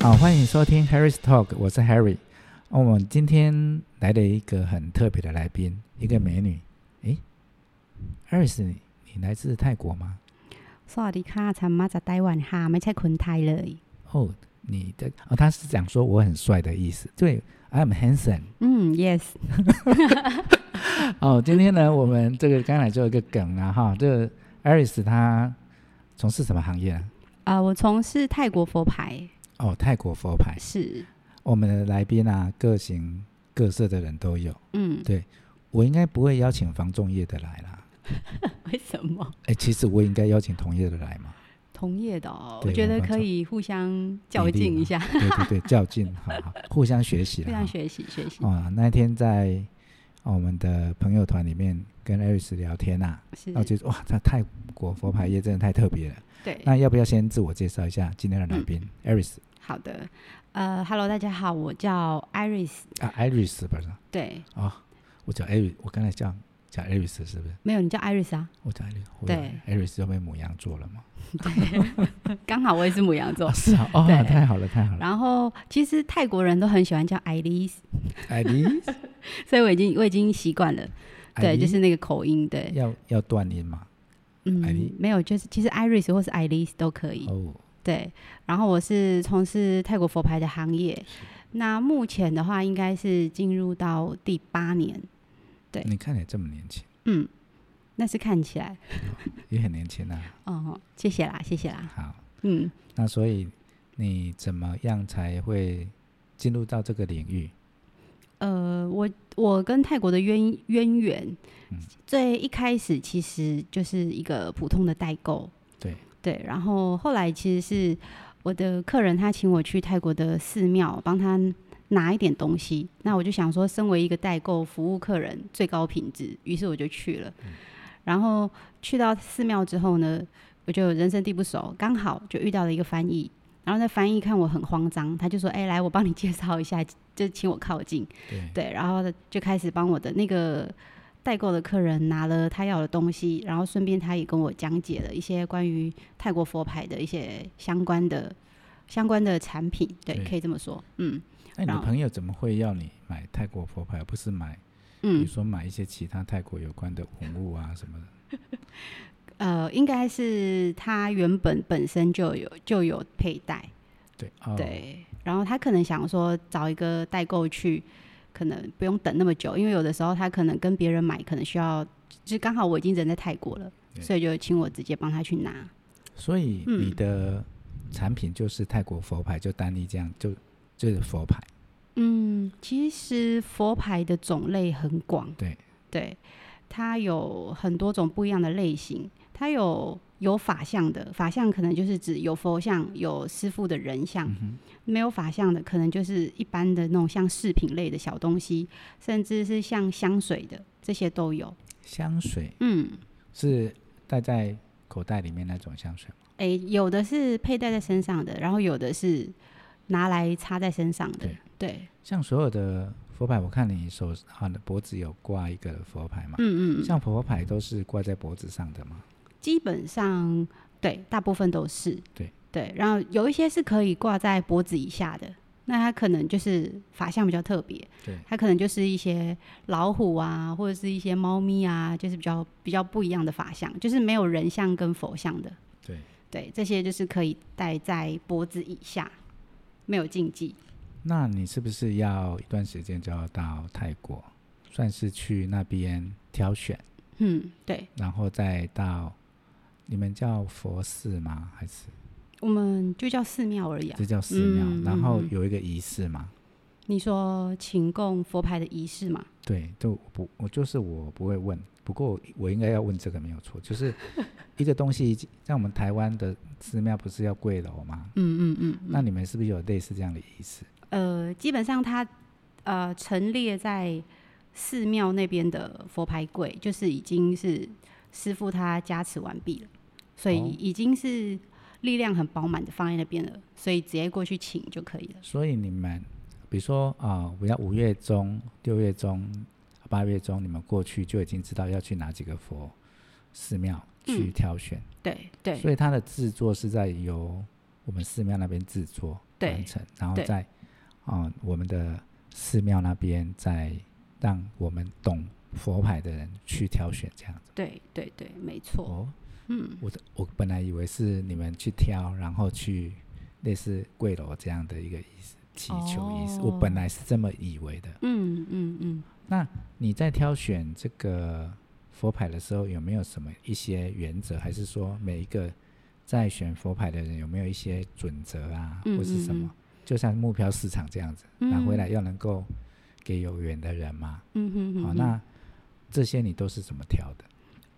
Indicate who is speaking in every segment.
Speaker 1: 好，欢迎收听 Harry's Talk，我是 Harry。哦我们今天来了一个很特别的来宾，一个美女。诶 h a r r i s 你来自泰国吗？
Speaker 2: สวัสดีค่ะฉันมาจากไต้หวันค่ะไม่ใช่คนไทยเลย
Speaker 1: 哦，你的哦，他是讲说我很帅的意思。对，I'm handsome。
Speaker 2: อืม 嗯 yes
Speaker 1: 哦，今天呢，我们这个刚才就有一个梗啊，哈，这个 Iris 她从事什么行业啊？
Speaker 2: อ่า呃我从事泰国佛牌
Speaker 1: 哦，泰国佛牌。
Speaker 2: 是
Speaker 1: 我们的来宾啊，各型各色的人都有。
Speaker 2: 嗯
Speaker 1: 对我应该不会邀请房仲业的来啦。
Speaker 2: 为什么
Speaker 1: 哎，其实我应该邀请同业的来嘛，
Speaker 2: 同业的哦
Speaker 1: 对
Speaker 2: 我觉得
Speaker 1: 我们
Speaker 2: 可以互相较劲一下
Speaker 1: 对对对，较劲，好好，互相学习
Speaker 2: 互
Speaker 1: 啦。
Speaker 2: 相
Speaker 1: 哈
Speaker 2: 学习学习
Speaker 1: 哦，那天在哦我们的朋友团里面跟 Iris 聊天呐、啊，
Speaker 2: 是
Speaker 1: 然后就哇，这泰国佛牌业真的太特别了。
Speaker 2: 对
Speaker 1: 那要不要先自我介绍一下今天的来宾、Iris
Speaker 2: 好的呃 hello 大家好我叫 Iris
Speaker 1: 啊，Iris 不是啊、
Speaker 2: 对
Speaker 1: 哦我叫 Iris，我刚才叫叫 Iris 是不是？
Speaker 2: 没有你叫 Iris 啊
Speaker 1: 我叫 Iris，我
Speaker 2: 对
Speaker 1: ，Iris 就被母羊座了嘛？
Speaker 2: 刚好我也是 母羊座
Speaker 1: 啊是啊，哦，
Speaker 2: 对
Speaker 1: 太好了，太好了
Speaker 2: 然后其实泰国人都很喜欢叫 Iris
Speaker 1: ，Iris，
Speaker 2: 所以我已经我已经习惯了 对
Speaker 1: Iris
Speaker 2: 就是那个口音对
Speaker 1: 要要断音嘛？Iris
Speaker 2: 嗯没有就是其实 Iris 或是 Iris 都可以
Speaker 1: 哦，
Speaker 2: 对，然后我是从事泰国佛牌的行业，那目前的话应该是进入到第八年，对
Speaker 1: 你看起来这么年轻，
Speaker 2: 嗯，那是看起来，
Speaker 1: 也很年轻啊。
Speaker 2: 哦，谢谢啦，谢谢啦，
Speaker 1: 好，
Speaker 2: 嗯，
Speaker 1: 那所以你怎么样才会进入到这个领域？
Speaker 2: 呃，我我跟泰国的渊渊源
Speaker 1: 嗯，
Speaker 2: 最一开始其实就是一个普通的代购，
Speaker 1: 对
Speaker 2: 对，然后后来其实是我的客人他请我去泰国的寺庙帮他拿一点东西，那我就想说，身为一个代购服务客人最高品质，于是我就去了。
Speaker 1: 嗯
Speaker 2: 然后去到寺庙之后呢，我就人生地不熟，刚好就遇到了一个翻译，然后那翻译看我很慌张，他就说：“哎、来，我帮你介绍一下，就请我靠近。”
Speaker 1: 对
Speaker 2: 对，然后就开始帮我的那个代购的客人拿了他要的东西，然后顺便他也跟我讲解了一些关于泰国佛牌的一些相关的相关的产品，对，
Speaker 1: 对
Speaker 2: 可以这么说，嗯
Speaker 1: 那你
Speaker 2: 然
Speaker 1: 的
Speaker 2: 后
Speaker 1: 朋友怎么会要你买泰国佛牌，而不是买，比如
Speaker 2: 嗯，
Speaker 1: 说买一些其他泰国有关的文物啊什么的？
Speaker 2: 呃，
Speaker 1: 嗯
Speaker 2: 应该是他原本本身就有就有佩戴，
Speaker 1: 对，哦，
Speaker 2: 对，然后他可能想说找一个代购去，可能不用等那么久，因为有的时候他可能跟别人买，可能需要，就是刚好我已经人在泰国了，
Speaker 1: 对
Speaker 2: 所以就请我直接帮他去拿。
Speaker 1: 所以
Speaker 2: 嗯
Speaker 1: 你的产品就是泰国佛牌，就单一这样，就就是佛牌。
Speaker 2: 嗯，其实佛牌的种类很广，
Speaker 1: 对
Speaker 2: 对，它有很多种不一样的类型，它有有法相的，法相可能就是指有佛像、有师傅的人像，
Speaker 1: 嗯
Speaker 2: 没有法相的可能就是一般的那种像饰品类的小东西，甚至是像香水的这些都有。
Speaker 1: 哼，香水
Speaker 2: 嗯，
Speaker 1: 是戴在口袋里面那种香水吗，
Speaker 2: 诶，有的是佩戴在身上的，然后有的是拿来插在身上的
Speaker 1: 对，
Speaker 2: 对，
Speaker 1: 像所有的佛牌，我看你手啊你的脖子有挂一个佛牌嘛，
Speaker 2: 嗯嗯嗯，
Speaker 1: 像佛牌都是挂在脖子上的嘛。
Speaker 2: 基本上对，大部分都是
Speaker 1: 对
Speaker 2: 对，然后有一些是可以挂在脖子以下的，那它可能就是法相比较特别，
Speaker 1: 对，
Speaker 2: 它可能就是一些老虎啊，或者是一些猫咪啊，就是比较比较不一样的法相，就是没有人像跟佛像的，
Speaker 1: 对，
Speaker 2: 对，这些就是可以戴在脖子以下，没有禁忌。
Speaker 1: 那你是不是要一段时间就要到泰国，算是去那边挑选，
Speaker 2: 嗯，对，
Speaker 1: 然后再到你们叫佛寺吗？还是
Speaker 2: 我们就叫寺庙而已啊。
Speaker 1: 这叫寺庙？
Speaker 2: 嗯
Speaker 1: 然后
Speaker 2: 嗯嗯
Speaker 1: 有一个仪式嘛？
Speaker 2: 你说请供佛牌的仪式嘛？
Speaker 1: 对，就我不我就是我不会问，不过我应该要问这个没有 错，就是一个东西，像我们台湾的寺庙不是要跪楼吗？
Speaker 2: 嗯嗯嗯，嗯
Speaker 1: 那你们是不是有类似这样的仪式？
Speaker 2: 呃，基本上它呃陈列在寺庙那边的佛牌柜，就是已经是师傅他加持完毕了，所以
Speaker 1: 哦
Speaker 2: 已经是力量很饱满的放在那边了，所以直接过去请就可以了。
Speaker 1: 所以你们，比如说啊、我要五月中、六月中、八月中，你们过去就已经知道要去哪几个佛寺庙去
Speaker 2: 嗯
Speaker 1: 挑选，
Speaker 2: 对对
Speaker 1: 所以它的制作是在由我们寺庙那边制作，
Speaker 2: 对
Speaker 1: 完成，然后
Speaker 2: 对
Speaker 1: 在啊、我们的寺庙那边再让我们懂佛牌的人去挑选这样子。
Speaker 2: 对对对，没错，
Speaker 1: 哦，
Speaker 2: 嗯，
Speaker 1: 我的我本来以为是你们去挑，然后去类似跪楼这样的一个意思，祈求意思。我本
Speaker 2: 哦
Speaker 1: 来是这么以为的。
Speaker 2: 嗯嗯嗯，
Speaker 1: 那你在挑选这个佛牌的时候，有没有什么一些原则，还是说每一个在选佛牌的人有没有一些准则啊，
Speaker 2: 嗯
Speaker 1: 或是什
Speaker 2: 嗯
Speaker 1: 么
Speaker 2: 嗯？
Speaker 1: 就像目标市场这样子，
Speaker 2: 嗯
Speaker 1: 拿回来要能够给有缘的人嘛。
Speaker 2: 嗯哼哼
Speaker 1: 好，
Speaker 2: 哼
Speaker 1: 那这些你都是怎么挑的？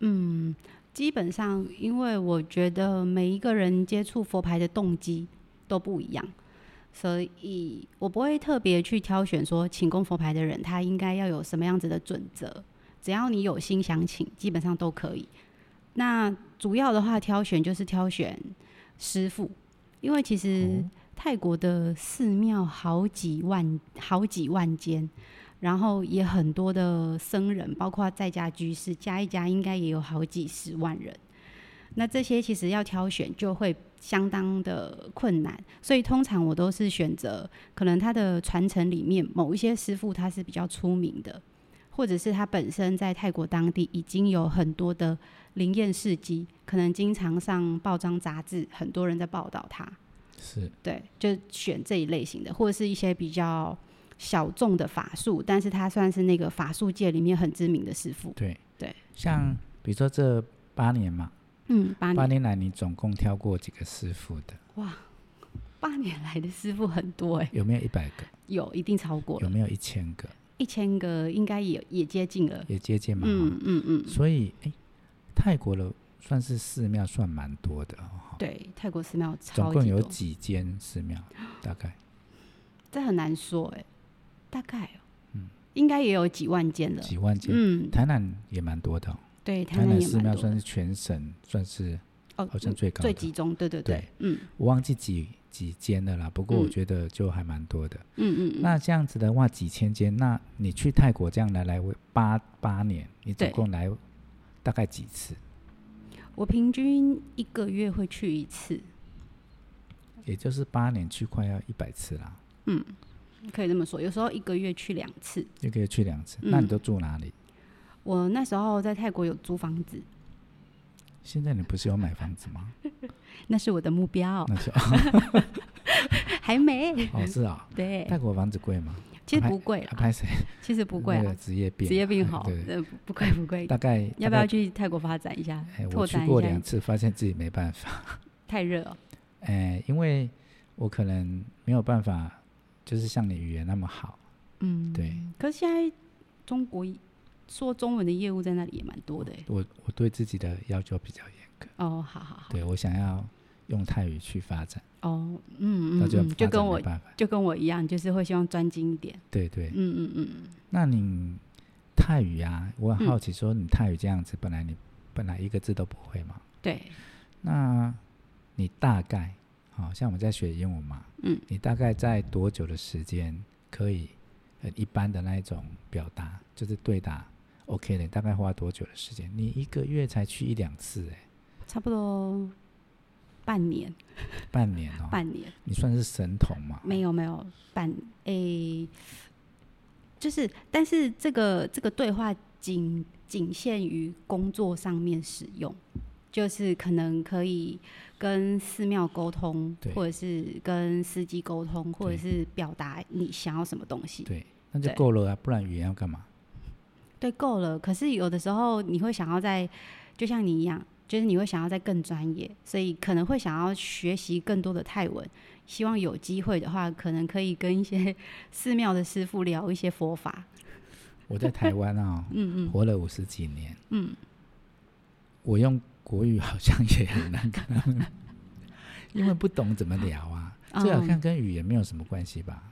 Speaker 2: 嗯，基本上，因为我觉得每一个人接触佛牌的动机都不一样，所以我不会特别去挑选说请供佛牌的人他应该要有什么样子的准则。只要你有心想请，基本上都可以。那主要的话，挑选就是挑选师傅，因为其实
Speaker 1: 哦
Speaker 2: 泰国的寺庙好几万、好几万间，然后也很多的僧人，包括在家居士，加一加应该也有好几十万人。那这些其实要挑选就会相当的困难，所以通常我都是选择可能他的传承里面某一些师傅他是比较出名的，或者是他本身在泰国当地已经有很多的灵验事迹，可能经常上报章杂志，很多人在报道他。
Speaker 1: 是
Speaker 2: 对，就选这一类型的，或者是一些比较小众的法术，但是他算是那个法术界里面很知名的师傅。
Speaker 1: 对
Speaker 2: 对，
Speaker 1: 像比如说这八年嘛，
Speaker 2: 嗯，八
Speaker 1: 八
Speaker 2: 年
Speaker 1: 年来你总共挑过几个师傅的？
Speaker 2: 哇，八年来的师傅很多哎、
Speaker 1: 有没有一百个？
Speaker 2: 有一定超过
Speaker 1: 有没有一千个？
Speaker 2: 一千个，应该也也接近了。
Speaker 1: 也接近嘛。哈
Speaker 2: 嗯嗯嗯，
Speaker 1: 所以，哎、泰国的算是寺庙算蛮多的哦，
Speaker 2: 对，泰国寺庙
Speaker 1: 总
Speaker 2: 超级多，
Speaker 1: 共有几间寺庙？大概
Speaker 2: 这很难说哎、大概、哦，
Speaker 1: 嗯
Speaker 2: 应该也有几万间了。
Speaker 1: 几万间。
Speaker 2: 嗯，
Speaker 1: 台南也蛮多的哦、
Speaker 2: 对，
Speaker 1: 台
Speaker 2: 南也
Speaker 1: 寺
Speaker 2: 蛮
Speaker 1: 庙
Speaker 2: 多
Speaker 1: 算
Speaker 2: 的
Speaker 1: 是全省算是
Speaker 2: 哦
Speaker 1: 好像
Speaker 2: 嗯
Speaker 1: 最高的，
Speaker 2: 最集中，对对
Speaker 1: 对，
Speaker 2: 嗯
Speaker 1: 我忘记几几间了啦。不过我
Speaker 2: 嗯
Speaker 1: 觉得就还蛮多的。
Speaker 2: 嗯嗯嗯，
Speaker 1: 那这样子的话，几千间，那你去泰国这样来来回八八年，你总
Speaker 2: 对
Speaker 1: 共来大概几次？
Speaker 2: 我平均一个月会去一次，
Speaker 1: 也就是八年去快要一百次啦，
Speaker 2: 可以这么说。有时候一个月去两次。
Speaker 1: 一个月去两次。那你
Speaker 2: 嗯
Speaker 1: 都住哪里？
Speaker 2: 我那时候在泰国有租房子，
Speaker 1: 现在你不是有买房子吗？
Speaker 2: 那是我的目标，
Speaker 1: 那是
Speaker 2: 还没。
Speaker 1: 哦，是啊、
Speaker 2: 对，
Speaker 1: 泰国房子贵吗？
Speaker 2: 其实不贵
Speaker 1: 啊，
Speaker 2: 啦，
Speaker 1: 拍谁？
Speaker 2: 其实不贵
Speaker 1: 那
Speaker 2: 啊
Speaker 1: 个，职业病，
Speaker 2: 职业病
Speaker 1: 哎
Speaker 2: 好，
Speaker 1: 对对，
Speaker 2: 呃不不贵不贵。
Speaker 1: 大概
Speaker 2: 要不
Speaker 1: 大
Speaker 2: 要
Speaker 1: 概
Speaker 2: 去泰国发展一下
Speaker 1: 哎，，我
Speaker 2: 拓
Speaker 1: 去
Speaker 2: 展
Speaker 1: 过
Speaker 2: 一
Speaker 1: 两
Speaker 2: 下？
Speaker 1: 次，发现自己没办法。
Speaker 2: 太热哦，
Speaker 1: 哎，因为我可能没有办法，就是像你语言那么好。
Speaker 2: 嗯，
Speaker 1: 对。
Speaker 2: 可是现在中国说中文的业务在那里也蛮多的欸。
Speaker 1: 我我对自己的要求比较严格，
Speaker 2: 哦，好好好，
Speaker 1: 对我想要用泰语去发展，
Speaker 2: 哦，嗯
Speaker 1: 那
Speaker 2: 嗯
Speaker 1: 就
Speaker 2: 嗯，就
Speaker 1: 发展
Speaker 2: 跟
Speaker 1: 没
Speaker 2: 我
Speaker 1: 办法。
Speaker 2: 就跟我一样，就是会希望专精一点。
Speaker 1: 对对，
Speaker 2: 嗯嗯嗯嗯。
Speaker 1: 那你泰语啊，我很好奇，说你泰语这样子，本来你本来一个字都不会嘛，
Speaker 2: 对，
Speaker 1: 那你大概，好、像我们在学英文嘛，
Speaker 2: 嗯，
Speaker 1: 你大概在多久的时间可以很一般的那一种表达，就是对答 OK 的，大概花多久的时间？你一个月才去一两次、欸，
Speaker 2: 差不多半年，
Speaker 1: 半年哦，
Speaker 2: 半年
Speaker 1: 你算是神童嘛？
Speaker 2: 没有没有半诶、就是但是这个这个对话仅仅限于工作上面使用，就是可能可以跟寺庙沟通
Speaker 1: 对，
Speaker 2: 或者是跟司机沟通，或者
Speaker 1: 对
Speaker 2: 是表达你想要什么东西，
Speaker 1: 对，那就
Speaker 2: 对
Speaker 1: 够了啊，不然语言要干嘛？
Speaker 2: 对，够了。可是有的时候你会想要在，就像你一样，就是你会想要再更专业，所以可能会想要学习更多的泰文。希望有机会的话，可能可以跟一些 寺庙的师傅聊一些佛法。
Speaker 1: 我在台湾啊、
Speaker 2: 嗯嗯
Speaker 1: 活了五十几年，
Speaker 2: 嗯，
Speaker 1: 我用国语好像也很难跟他们， 因为不懂怎么聊啊，
Speaker 2: 嗯
Speaker 1: 这好像跟语言没有什么关系吧？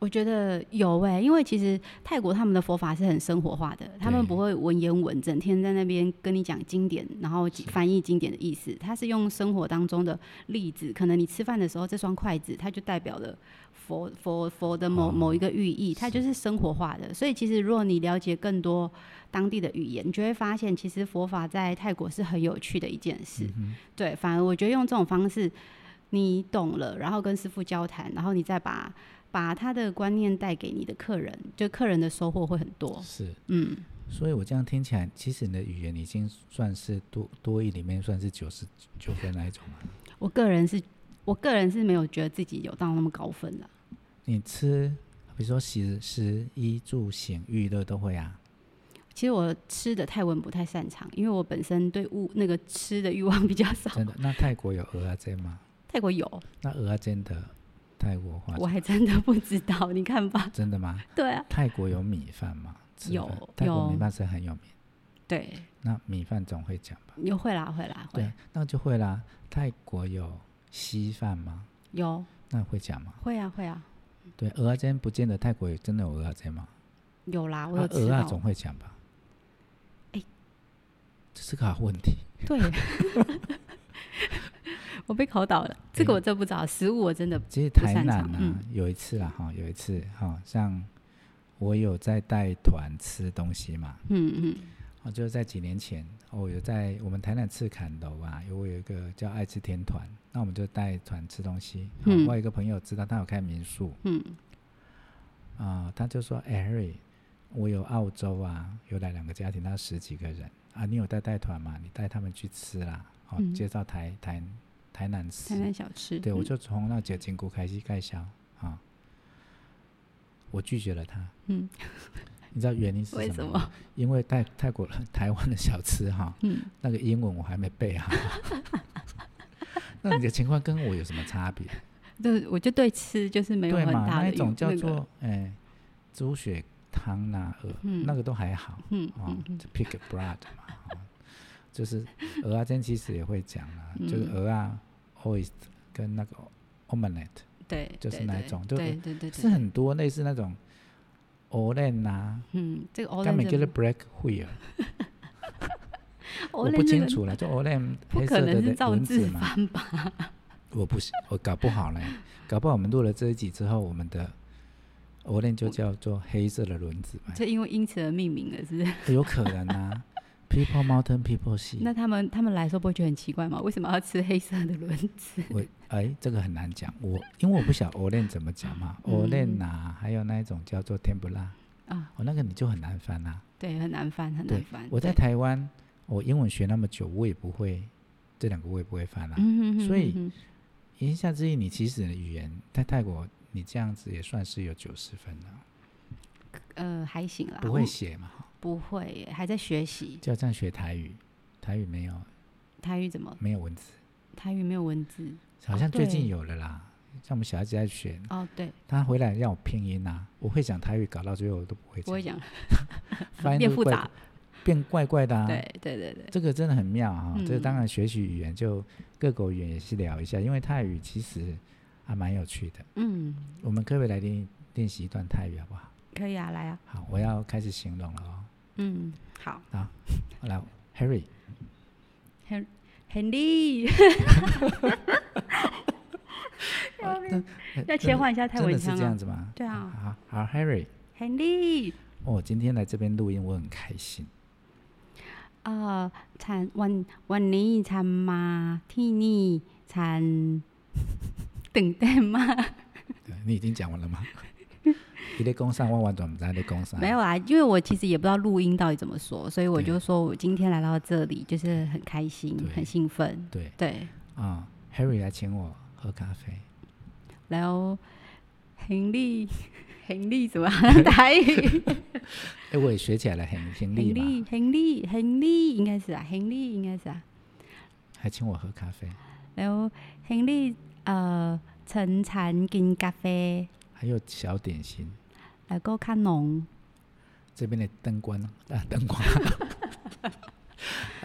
Speaker 2: 我觉得有哎、因为其实泰国他们的佛法是很生活化的，他们
Speaker 1: 对
Speaker 2: 不会文言文，整天在那边跟你讲经典，然后几翻译经典的意思。他是用生活当中的例子，可能你吃饭的时候这双筷子，它就代表了佛佛佛的某
Speaker 1: 哦
Speaker 2: 某一个寓意，它
Speaker 1: 是
Speaker 2: 就是生活化的。所以其实如果你了解更多当地的语言，你就会发现其实佛法在泰国是很有趣的一件事。
Speaker 1: 嗯哼
Speaker 2: 对，反而我觉得用这种方式，你懂了，然后跟师傅交谈，然后你再把把他的观念带给你的客人，就客人的收获会很多。
Speaker 1: 是，
Speaker 2: 嗯，
Speaker 1: 所以我这样听起来，其实你的语言已经算是多多义里面算是九十九分那一种啊嘛。
Speaker 2: 我个人是，我个人是没有觉得自己有到那么高分的。
Speaker 1: 你吃，比如说食食衣住行娱乐都会啊。
Speaker 2: 其实我吃的泰文不太擅长，因为我本身对物那个吃的欲望比较少。
Speaker 1: 真的？那泰国有鹅啊煎吗？
Speaker 2: 泰国有，
Speaker 1: 那鹅啊煎的泰国话
Speaker 2: 我还真的不知道，你看吧。
Speaker 1: 真的吗？
Speaker 2: 对啊，
Speaker 1: 泰国有米饭吗？吃
Speaker 2: 有
Speaker 1: 饭泰国
Speaker 2: 有
Speaker 1: 米饭是很有名。
Speaker 2: 对，
Speaker 1: 那米饭总会讲吧？
Speaker 2: 你会啦，会啦，会
Speaker 1: 对，那就会啦。泰国有稀饭吗？
Speaker 2: 有
Speaker 1: 那会讲吗？
Speaker 2: 会啊会啊，
Speaker 1: 对，鹅啊煎不见得泰国有真的有鹅啊煎吗？
Speaker 2: 有啦，我
Speaker 1: 那
Speaker 2: 有吃
Speaker 1: 鹅啊
Speaker 2: 到
Speaker 1: 总。会讲吧？
Speaker 2: 哎
Speaker 1: 这是个好问题。
Speaker 2: 对， 我被考倒了，这
Speaker 1: 嗯
Speaker 2: 个我真不知道，食物我真的
Speaker 1: 其实台
Speaker 2: 擅
Speaker 1: 南
Speaker 2: 长
Speaker 1: 啊，
Speaker 2: 嗯
Speaker 1: 有一次啊，哈，有一次哈、像我有在带团吃东西嘛，
Speaker 2: 嗯嗯
Speaker 1: 哦，就是在几年前，哦我有在我们台南赤坎楼啊，有我有一个叫爱吃天团，那我们就带团吃东西。哦
Speaker 2: 嗯
Speaker 1: 我有一个朋友知道他有开民宿
Speaker 2: 嗯，
Speaker 1: 啊、他就说：“哎、h a r r y 我有澳洲啊，有来两个家庭，他十几个人啊，你有带带团嘛？你带他们去吃啦，哦，
Speaker 2: 嗯
Speaker 1: 介绍台台台南吃。
Speaker 2: 台南小吃，
Speaker 1: 对，我
Speaker 2: 嗯
Speaker 1: 就从那酒精菇开始介绍啊，我拒绝了他。
Speaker 2: 嗯，
Speaker 1: 你知道原因是
Speaker 2: 为
Speaker 1: 什
Speaker 2: 什
Speaker 1: 么吗？
Speaker 2: 么？
Speaker 1: 因为泰泰国人 台湾的小吃哈、
Speaker 2: 嗯，
Speaker 1: 那个英文我还没背 好。那你的情况跟我有什么差别？
Speaker 2: 对，我就对吃就是 没有
Speaker 1: 对
Speaker 2: 很
Speaker 1: 嘛？
Speaker 2: 大
Speaker 1: 那
Speaker 2: 的
Speaker 1: 一种
Speaker 2: 欲
Speaker 1: 叫
Speaker 2: 那个
Speaker 1: 做哎猪血汤呐、鹅，
Speaker 2: 嗯
Speaker 1: 那个都还好
Speaker 2: 嗯
Speaker 1: 啊、
Speaker 2: 嗯嗯
Speaker 1: 就 p i c k bread 嘛，哦就是鹅啊，今天其实也会讲啦、就是
Speaker 2: 嗯
Speaker 1: 鹅啊 oyster 跟那个 omelette。
Speaker 2: 对，
Speaker 1: 就是
Speaker 2: 对
Speaker 1: 那一
Speaker 2: 对
Speaker 1: 种就
Speaker 2: 对对对，
Speaker 1: 是啊
Speaker 2: 对
Speaker 1: 很多类似那种 Olen 啊，
Speaker 2: 嗯，这个 o
Speaker 1: 根
Speaker 2: l
Speaker 1: 本
Speaker 2: e
Speaker 1: 就是 Black Wheel，我不清，楚了，就 Olen
Speaker 2: 不
Speaker 1: 黑
Speaker 2: 可
Speaker 1: 色的
Speaker 2: 能是
Speaker 1: 的
Speaker 2: 造
Speaker 1: 轮
Speaker 2: 字
Speaker 1: 子嘛，
Speaker 2: 翻吧？
Speaker 1: 我不是，我搞不好嘞，搞不好我们录了这一集之后，我们的 Olen 就叫做黑色的轮子嘛，
Speaker 2: 就因为因此而命名了，是不是？
Speaker 1: 有可能啊。People Mountain People
Speaker 2: 那
Speaker 1: Sea，
Speaker 2: 他们他们来说不会觉得很奇怪吗？为什么要吃黑色的轮子？
Speaker 1: 我哎，这个很难讲，我因为我不晓得 Olen 怎么讲嘛
Speaker 2: 嗯
Speaker 1: ，Olen 啊，还有那一种叫做 Tempura，
Speaker 2: 啊，
Speaker 1: 哦，那个你就很难翻啦、
Speaker 2: 对，很难翻，很
Speaker 1: 对
Speaker 2: 难翻。
Speaker 1: 我在
Speaker 2: 对，
Speaker 1: 台湾，我英文学那么久，我也不会这两个，我也不会翻啊啦、
Speaker 2: 嗯哼哼
Speaker 1: 所以
Speaker 2: 哼哼
Speaker 1: 言下之意，你其实你的语言在泰国，你这样子也算是有九十分了，
Speaker 2: 呃还行啦，
Speaker 1: 不
Speaker 2: 我
Speaker 1: 会写嘛，
Speaker 2: 不会耶，还在学习
Speaker 1: 就要这样学台语，台语没有
Speaker 2: 台语怎么？
Speaker 1: 没有文字，
Speaker 2: 台语没有文字
Speaker 1: 好像最近
Speaker 2: 哦对
Speaker 1: 有了啦。像我们小孩子在学，
Speaker 2: 哦，对，
Speaker 1: 他回来让我拼音啊，我会讲台语，搞到最后我都不会
Speaker 2: 不会
Speaker 1: 讲，
Speaker 2: 讲，
Speaker 1: 翻译
Speaker 2: 变
Speaker 1: 都
Speaker 2: 复
Speaker 1: 怪
Speaker 2: 杂，
Speaker 1: 变怪怪的啊。
Speaker 2: 对对对对，
Speaker 1: 这个真的很妙啊哈、这个当
Speaker 2: 嗯
Speaker 1: 然学习语言就各国语言也是聊一下，因为泰语其实还蛮有趣的。
Speaker 2: 嗯，
Speaker 1: 我们可不可以来练练习一段泰语好不好？
Speaker 2: 可以啊，来啊，
Speaker 1: 好，我要开始形容了哦。
Speaker 2: 嗯，好
Speaker 1: 好来，Harry，
Speaker 2: ，Handy，要
Speaker 1: 呃真
Speaker 2: 要
Speaker 1: 呃
Speaker 2: 切换一下泰
Speaker 1: 真
Speaker 2: 文
Speaker 1: 的是
Speaker 2: 腔
Speaker 1: 这样
Speaker 2: 啊
Speaker 1: 子吗？
Speaker 2: 对啊
Speaker 1: 好，好，Harry，
Speaker 2: ，Handy，
Speaker 1: 我、今天来这边录音，我很开心。
Speaker 2: อ่าฉันวันวันนี้ฉันมาที่นี่ฉันตื่นเต้นมาก
Speaker 1: 对你已经讲完了吗？你在工啊上万万转，在在工上
Speaker 2: 没有啊，因为我其实也不知道录音到底怎么说，所以我
Speaker 1: 对
Speaker 2: 就说我今天来到这里就是很开心
Speaker 1: 对、
Speaker 2: 很兴奋。
Speaker 1: 对
Speaker 2: 对，
Speaker 1: 啊、h a r r y 来请我喝咖啡。
Speaker 2: 然后亨 利，亨利怎么 台语？
Speaker 1: 哎，我也学起来了，很很
Speaker 2: 亨
Speaker 1: 力嘛，
Speaker 2: 利，亨利，亨利应该是啊，亨利应该是啊。
Speaker 1: 还请我喝咖啡，
Speaker 2: 然后亨利呃，晨晨กิน咖啡，
Speaker 1: 还有小点心。
Speaker 2: 然后看农。
Speaker 1: 这边的灯光啊，灯光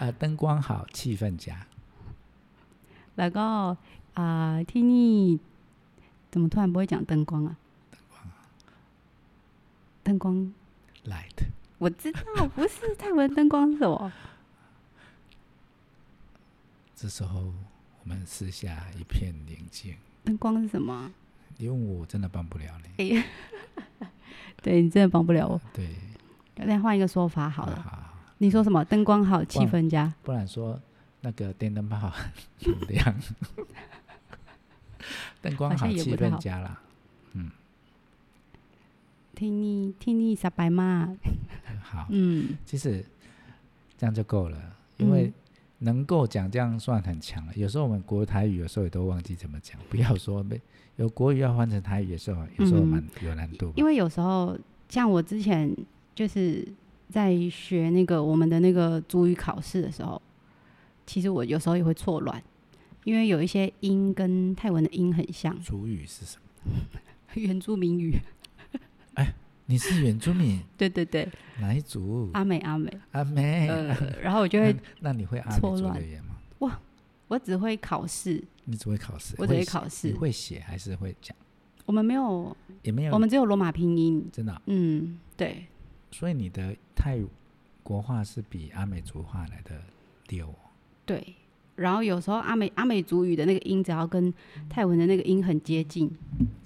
Speaker 1: 啊，灯光好，气氛佳。
Speaker 2: แล้วก็อ่าที่นี่呃怎么突然不会讲灯光啊？灯光，
Speaker 1: light
Speaker 2: 我知道，不是泰文灯光是什么？
Speaker 1: 这时候我们四下一片宁静，
Speaker 2: 灯光是什么啊？
Speaker 1: 因为我真的帮不了你。
Speaker 2: 对你真的帮不了我，
Speaker 1: 对，
Speaker 2: 那换一个说法好
Speaker 1: 啊
Speaker 2: 了。
Speaker 1: 好
Speaker 2: 你说什么？灯光好，气
Speaker 1: 忘了
Speaker 2: 氛佳。
Speaker 1: 不然说那个电灯泡很亮。灯光
Speaker 2: 好像也
Speaker 1: 气
Speaker 2: 不太
Speaker 1: 氛
Speaker 2: 好
Speaker 1: 佳啦，
Speaker 2: 听你听你傻白嘛，
Speaker 1: 好，
Speaker 2: 嗯，
Speaker 1: 其实这样就够了，因为
Speaker 2: 嗯
Speaker 1: 能够讲这样算很强了。有时候我们国台语有时候也都忘记怎么讲，不要说没有国语要换成台语的时候，有时候
Speaker 2: 嗯
Speaker 1: 蛮有难度吧。
Speaker 2: 因为有时候像我之前就是在学那个我们的那个主语考试的时候，其实我有时候也会错乱，因为有一些音跟泰文的音很像，
Speaker 1: 主语是什么？
Speaker 2: 原住民语，
Speaker 1: 你是原住民
Speaker 2: 对对对，
Speaker 1: 哪一族？
Speaker 2: 阿美阿美，
Speaker 1: 阿妹，
Speaker 2: 啊呃，然后我就会
Speaker 1: 那你会阿美
Speaker 2: 错
Speaker 1: 族的
Speaker 2: 乱
Speaker 1: 语言吗？
Speaker 2: 我只会考试，
Speaker 1: 你只会考试，
Speaker 2: 我只会
Speaker 1: 写
Speaker 2: 考
Speaker 1: 你
Speaker 2: 试，
Speaker 1: 会写还是会讲？
Speaker 2: 我们没有，
Speaker 1: 也没有，
Speaker 2: 我们只有罗马拼音，
Speaker 1: 真的哦、
Speaker 2: 嗯，对，
Speaker 1: 所以你的泰国话是比阿美族话来的溜哦、
Speaker 2: 对，然后有时候阿美阿美族语的那个音，只要跟
Speaker 1: 嗯
Speaker 2: 泰文的那个音很接近，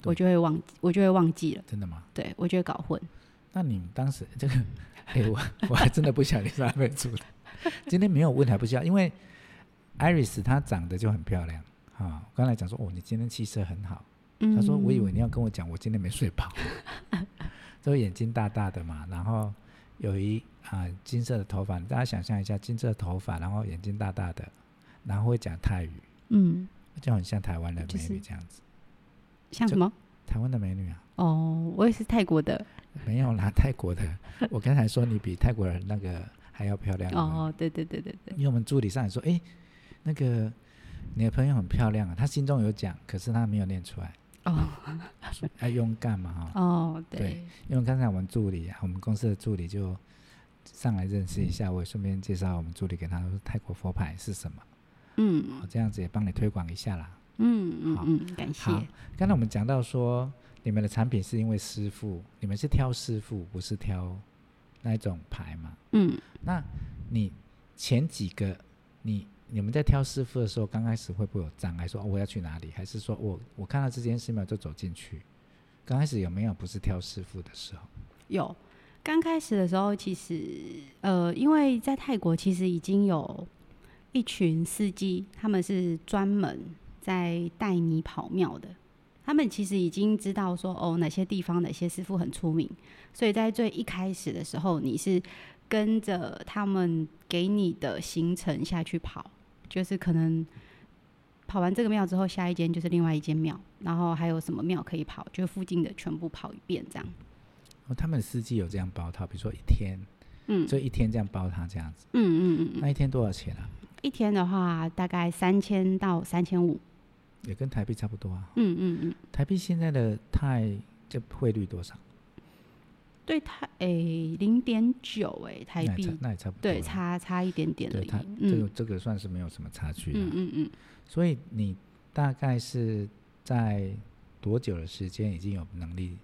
Speaker 2: 我就会忘记，我就会忘记了，
Speaker 1: 真的吗？
Speaker 2: 对我就会搞混。
Speaker 1: 那你们当时这个，哎、我我还真的不晓得你是阿美族的。今天没有问还不知道，因为 Iris 她长得就很漂亮啊。我刚才讲说，哦，你今天气色很好。
Speaker 2: 嗯
Speaker 1: 她说，我以为你要跟我讲，我今天没睡 饱。都眼睛大大的嘛，然后有一啊、金色的头发，大家想象一下，金色的头发，然后眼睛大大的，然后会讲泰语，
Speaker 2: 嗯，
Speaker 1: 就很像台湾的
Speaker 2: 就
Speaker 1: 美女
Speaker 2: 是
Speaker 1: 这样子。
Speaker 2: 像
Speaker 1: 就
Speaker 2: 什么？
Speaker 1: 台湾的美女啊，
Speaker 2: 哦，我也是泰国的。
Speaker 1: 没有 啦，泰国的。我刚才说你比泰国人那个还要漂亮。有没有
Speaker 2: 哦，对对对对 对，
Speaker 1: 因为我们助理上来说，哎，那个你的朋友很漂亮啊，她心中有讲，可是她没有念出来，
Speaker 2: 哦
Speaker 1: 要勇敢嘛哈、
Speaker 2: 哦，对
Speaker 1: 对，因为刚才我们助理，啊，我们公司的助理就上来认识一下，我也顺便介绍我们助理给他说泰国佛牌是什么，哦
Speaker 2: 嗯
Speaker 1: 我这样子也帮你推广一下啦。
Speaker 2: 嗯嗯
Speaker 1: 好
Speaker 2: 嗯，感谢
Speaker 1: 好。，刚才我们讲到说，你们的产品是因为师傅，你们是挑师傅，不是挑那一种牌嘛？
Speaker 2: 嗯，
Speaker 1: 那你前几个，你你们在挑师傅的时候，刚开始会不会有障碍？说、哦我要去哪里？还是说我我看到这间寺庙就走进去？刚开始有没有不是挑师傅的时候？
Speaker 2: 有。刚开始的时候，其实呃，因为在泰国其实已经有一群司机，他们是专门在带你跑庙的。他们其实已经知道说哦，哪些地方哪些师傅很出名，所以在最一开始的时候，你是跟着他们给你的行程下去跑，就是可能跑完这个庙之后，下一间就是另外一间庙，然后还有什么庙可以跑，就附近的全部跑一遍这样。
Speaker 1: 哦，他们的司机有这样包套，比如说一天，
Speaker 2: 嗯，
Speaker 1: 就一天这样包他这样子，
Speaker 2: 嗯嗯嗯嗯，
Speaker 1: 那一天多少钱啊？
Speaker 2: 一天的话大概三千到三千五。
Speaker 1: 也跟台币差不多啊。
Speaker 2: 嗯嗯嗯，
Speaker 1: 台币现在的泰这汇率多少？
Speaker 2: 对台诶零点九诶
Speaker 1: 那
Speaker 2: 台
Speaker 1: 也差
Speaker 2: 币，
Speaker 1: 那也差不多了。
Speaker 2: 对差差一点点而
Speaker 1: 对
Speaker 2: 已
Speaker 1: 它。这个啊
Speaker 2: 嗯
Speaker 1: 这个算是没有什么差距了。
Speaker 2: 嗯嗯嗯，
Speaker 1: 所以你大概是在多久的时间已经有能力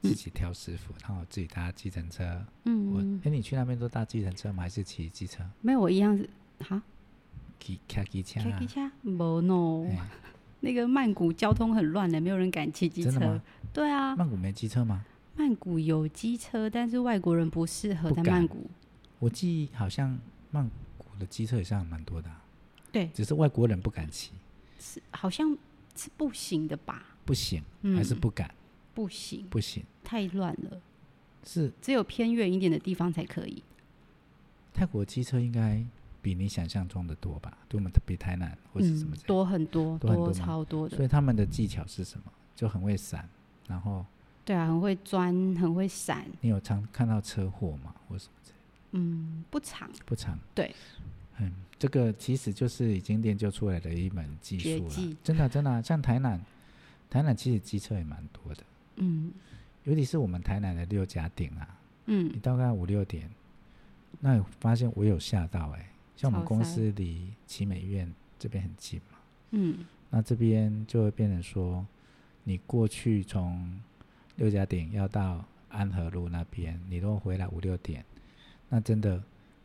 Speaker 1: 自己挑师傅，然后自己搭计程车？我
Speaker 2: 嗯，
Speaker 1: 哎，你去那边都搭计程车吗？还是骑机车？
Speaker 2: 没有我一样是哈
Speaker 1: 骑开机车
Speaker 2: 开
Speaker 1: 啊
Speaker 2: 机？车，啊没 no，
Speaker 1: 哎，
Speaker 2: 那个曼谷交通很乱的，没有人敢骑机
Speaker 1: 真的
Speaker 2: 车
Speaker 1: 吗。？
Speaker 2: 对啊，
Speaker 1: 曼谷没机车吗？
Speaker 2: 曼谷有机车，但是外国人不适合
Speaker 1: 不
Speaker 2: 在
Speaker 1: 敢
Speaker 2: 曼谷。
Speaker 1: 我记忆好像曼谷的机车也上蛮多的啊、
Speaker 2: 对，
Speaker 1: 只是外国人不敢骑，
Speaker 2: 是好像是不行的吧？
Speaker 1: 不行，
Speaker 2: 嗯，
Speaker 1: 还是不敢，
Speaker 2: 不行，
Speaker 1: 不行，
Speaker 2: 太乱了，
Speaker 1: 是
Speaker 2: 只有偏远一点的地方才可以。
Speaker 1: 泰国机车应该比你想象中的多吧？对我们比台南或是什么这样、
Speaker 2: 嗯多很多，
Speaker 1: 多很多吗
Speaker 2: 超多
Speaker 1: 所
Speaker 2: 的。
Speaker 1: 以他们的技巧是什么？就很会闪，然后
Speaker 2: 对啊，很会钻，很会闪，
Speaker 1: 你有常看到车祸吗？或是
Speaker 2: 嗯，不长
Speaker 1: 不常？
Speaker 2: 对，
Speaker 1: 嗯，这个其实就是已经练就出来的一门技
Speaker 2: 绝
Speaker 1: 术了
Speaker 2: 技。
Speaker 1: 真的啊真的啊、像台南，台南其实机车也蛮多的，
Speaker 2: 嗯
Speaker 1: 尤其是我们台南的六家店啊，你
Speaker 2: 嗯，
Speaker 1: 大概五六点，那你发现我有吓到哎、像我们
Speaker 2: 超
Speaker 1: 公
Speaker 2: 塞
Speaker 1: 司离奇美医院这边很近嘛，
Speaker 2: 嗯
Speaker 1: 那这边就会变成说，你过去从六家顶要到安和路那边，你如果回来五六点，那真的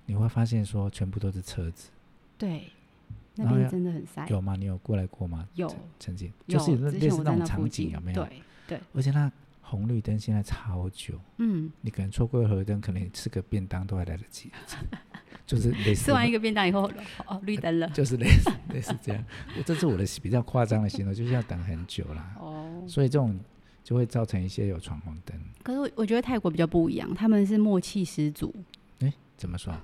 Speaker 1: 你会发现说全部都是车子，
Speaker 2: 对，那
Speaker 1: 然后
Speaker 2: 边
Speaker 1: 要
Speaker 2: 真的很塞，
Speaker 1: 有吗？你有过来过吗？
Speaker 2: 哎有
Speaker 1: 曾曾经
Speaker 2: 有
Speaker 1: 就是那
Speaker 2: 之
Speaker 1: 类
Speaker 2: 前
Speaker 1: 似
Speaker 2: 我
Speaker 1: 那
Speaker 2: 在
Speaker 1: 种
Speaker 2: 那附
Speaker 1: 场景
Speaker 2: 近，
Speaker 1: 有没有？
Speaker 2: 对对，
Speaker 1: 而且那红绿灯现在超久，
Speaker 2: 嗯，
Speaker 1: 你可能错过一个红绿灯，可能你吃个便当都还来得及。 就是类似
Speaker 2: 吃完一个便当以后，哦， 绿灯了。
Speaker 1: 就是类似类似这样。我这是我的比较夸张的形容，就是要等很久啦。
Speaker 2: 哦，
Speaker 1: 所以这种就会造成一些有闯红灯。
Speaker 2: 可是我我觉得泰国比较不一样，他们是默契十足，
Speaker 1: 诶，怎么说？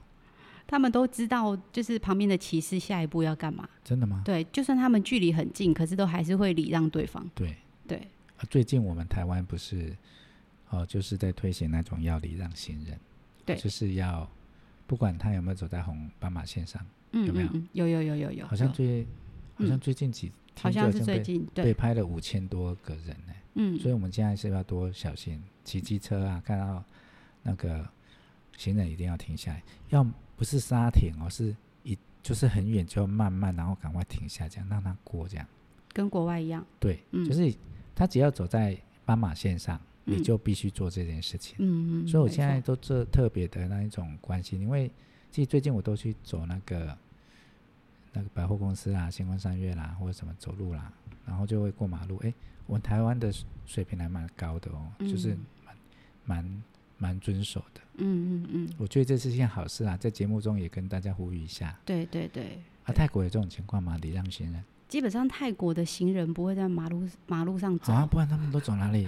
Speaker 2: 他们都知道就是旁边的骑士下一步要干嘛。
Speaker 1: 真的吗？
Speaker 2: 对，就算他们距离很近，可是都还是会礼让对方。
Speaker 1: 对。
Speaker 2: 对，
Speaker 1: 啊最近我们台湾不是哦、就是在推行那种要礼让行人，
Speaker 2: 对
Speaker 1: 就是要不管他有没有走在红斑马线上，
Speaker 2: 嗯
Speaker 1: 有没有
Speaker 2: 嗯嗯，有有有有有，
Speaker 1: 好像
Speaker 2: 有
Speaker 1: 最好像
Speaker 2: 嗯
Speaker 1: 最近几天
Speaker 2: 好
Speaker 1: 就
Speaker 2: 像是
Speaker 1: 被
Speaker 2: 最近
Speaker 1: 被
Speaker 2: 对，
Speaker 1: 拍了五千多个人呢、
Speaker 2: 嗯，
Speaker 1: 所以我们现在是不是要多小心，骑机车啊，看到那个行人一定要停下来，要不是刹停哦，是一就是很远就要慢慢，然后赶快停下，这样让他过这样。
Speaker 2: 嗯跟国外一样，
Speaker 1: 对，
Speaker 2: 嗯
Speaker 1: 就是他只要走在斑马线上，你
Speaker 2: 嗯
Speaker 1: 就必须做这件事情。
Speaker 2: 嗯嗯。
Speaker 1: 所以我
Speaker 2: 没
Speaker 1: 现在
Speaker 2: 错
Speaker 1: 都这特别的那一种关系，因为其实最近我都去走那个那个百货公司啊啦、星光三月啦，或者什么走路啦，然后就会过马路。哎，我们台湾的水水平还蛮高的哦，就是
Speaker 2: 嗯
Speaker 1: 蛮蛮蛮遵守的。
Speaker 2: 嗯嗯嗯，
Speaker 1: 我觉得这是件好事啦，在节目中也跟大家呼吁一下。
Speaker 2: 对对对。
Speaker 1: 啊，泰国有这种情况吗？礼让行人
Speaker 2: 基本上泰国的行人不会在马路马路上走，
Speaker 1: 啊，不然他们都走哪里？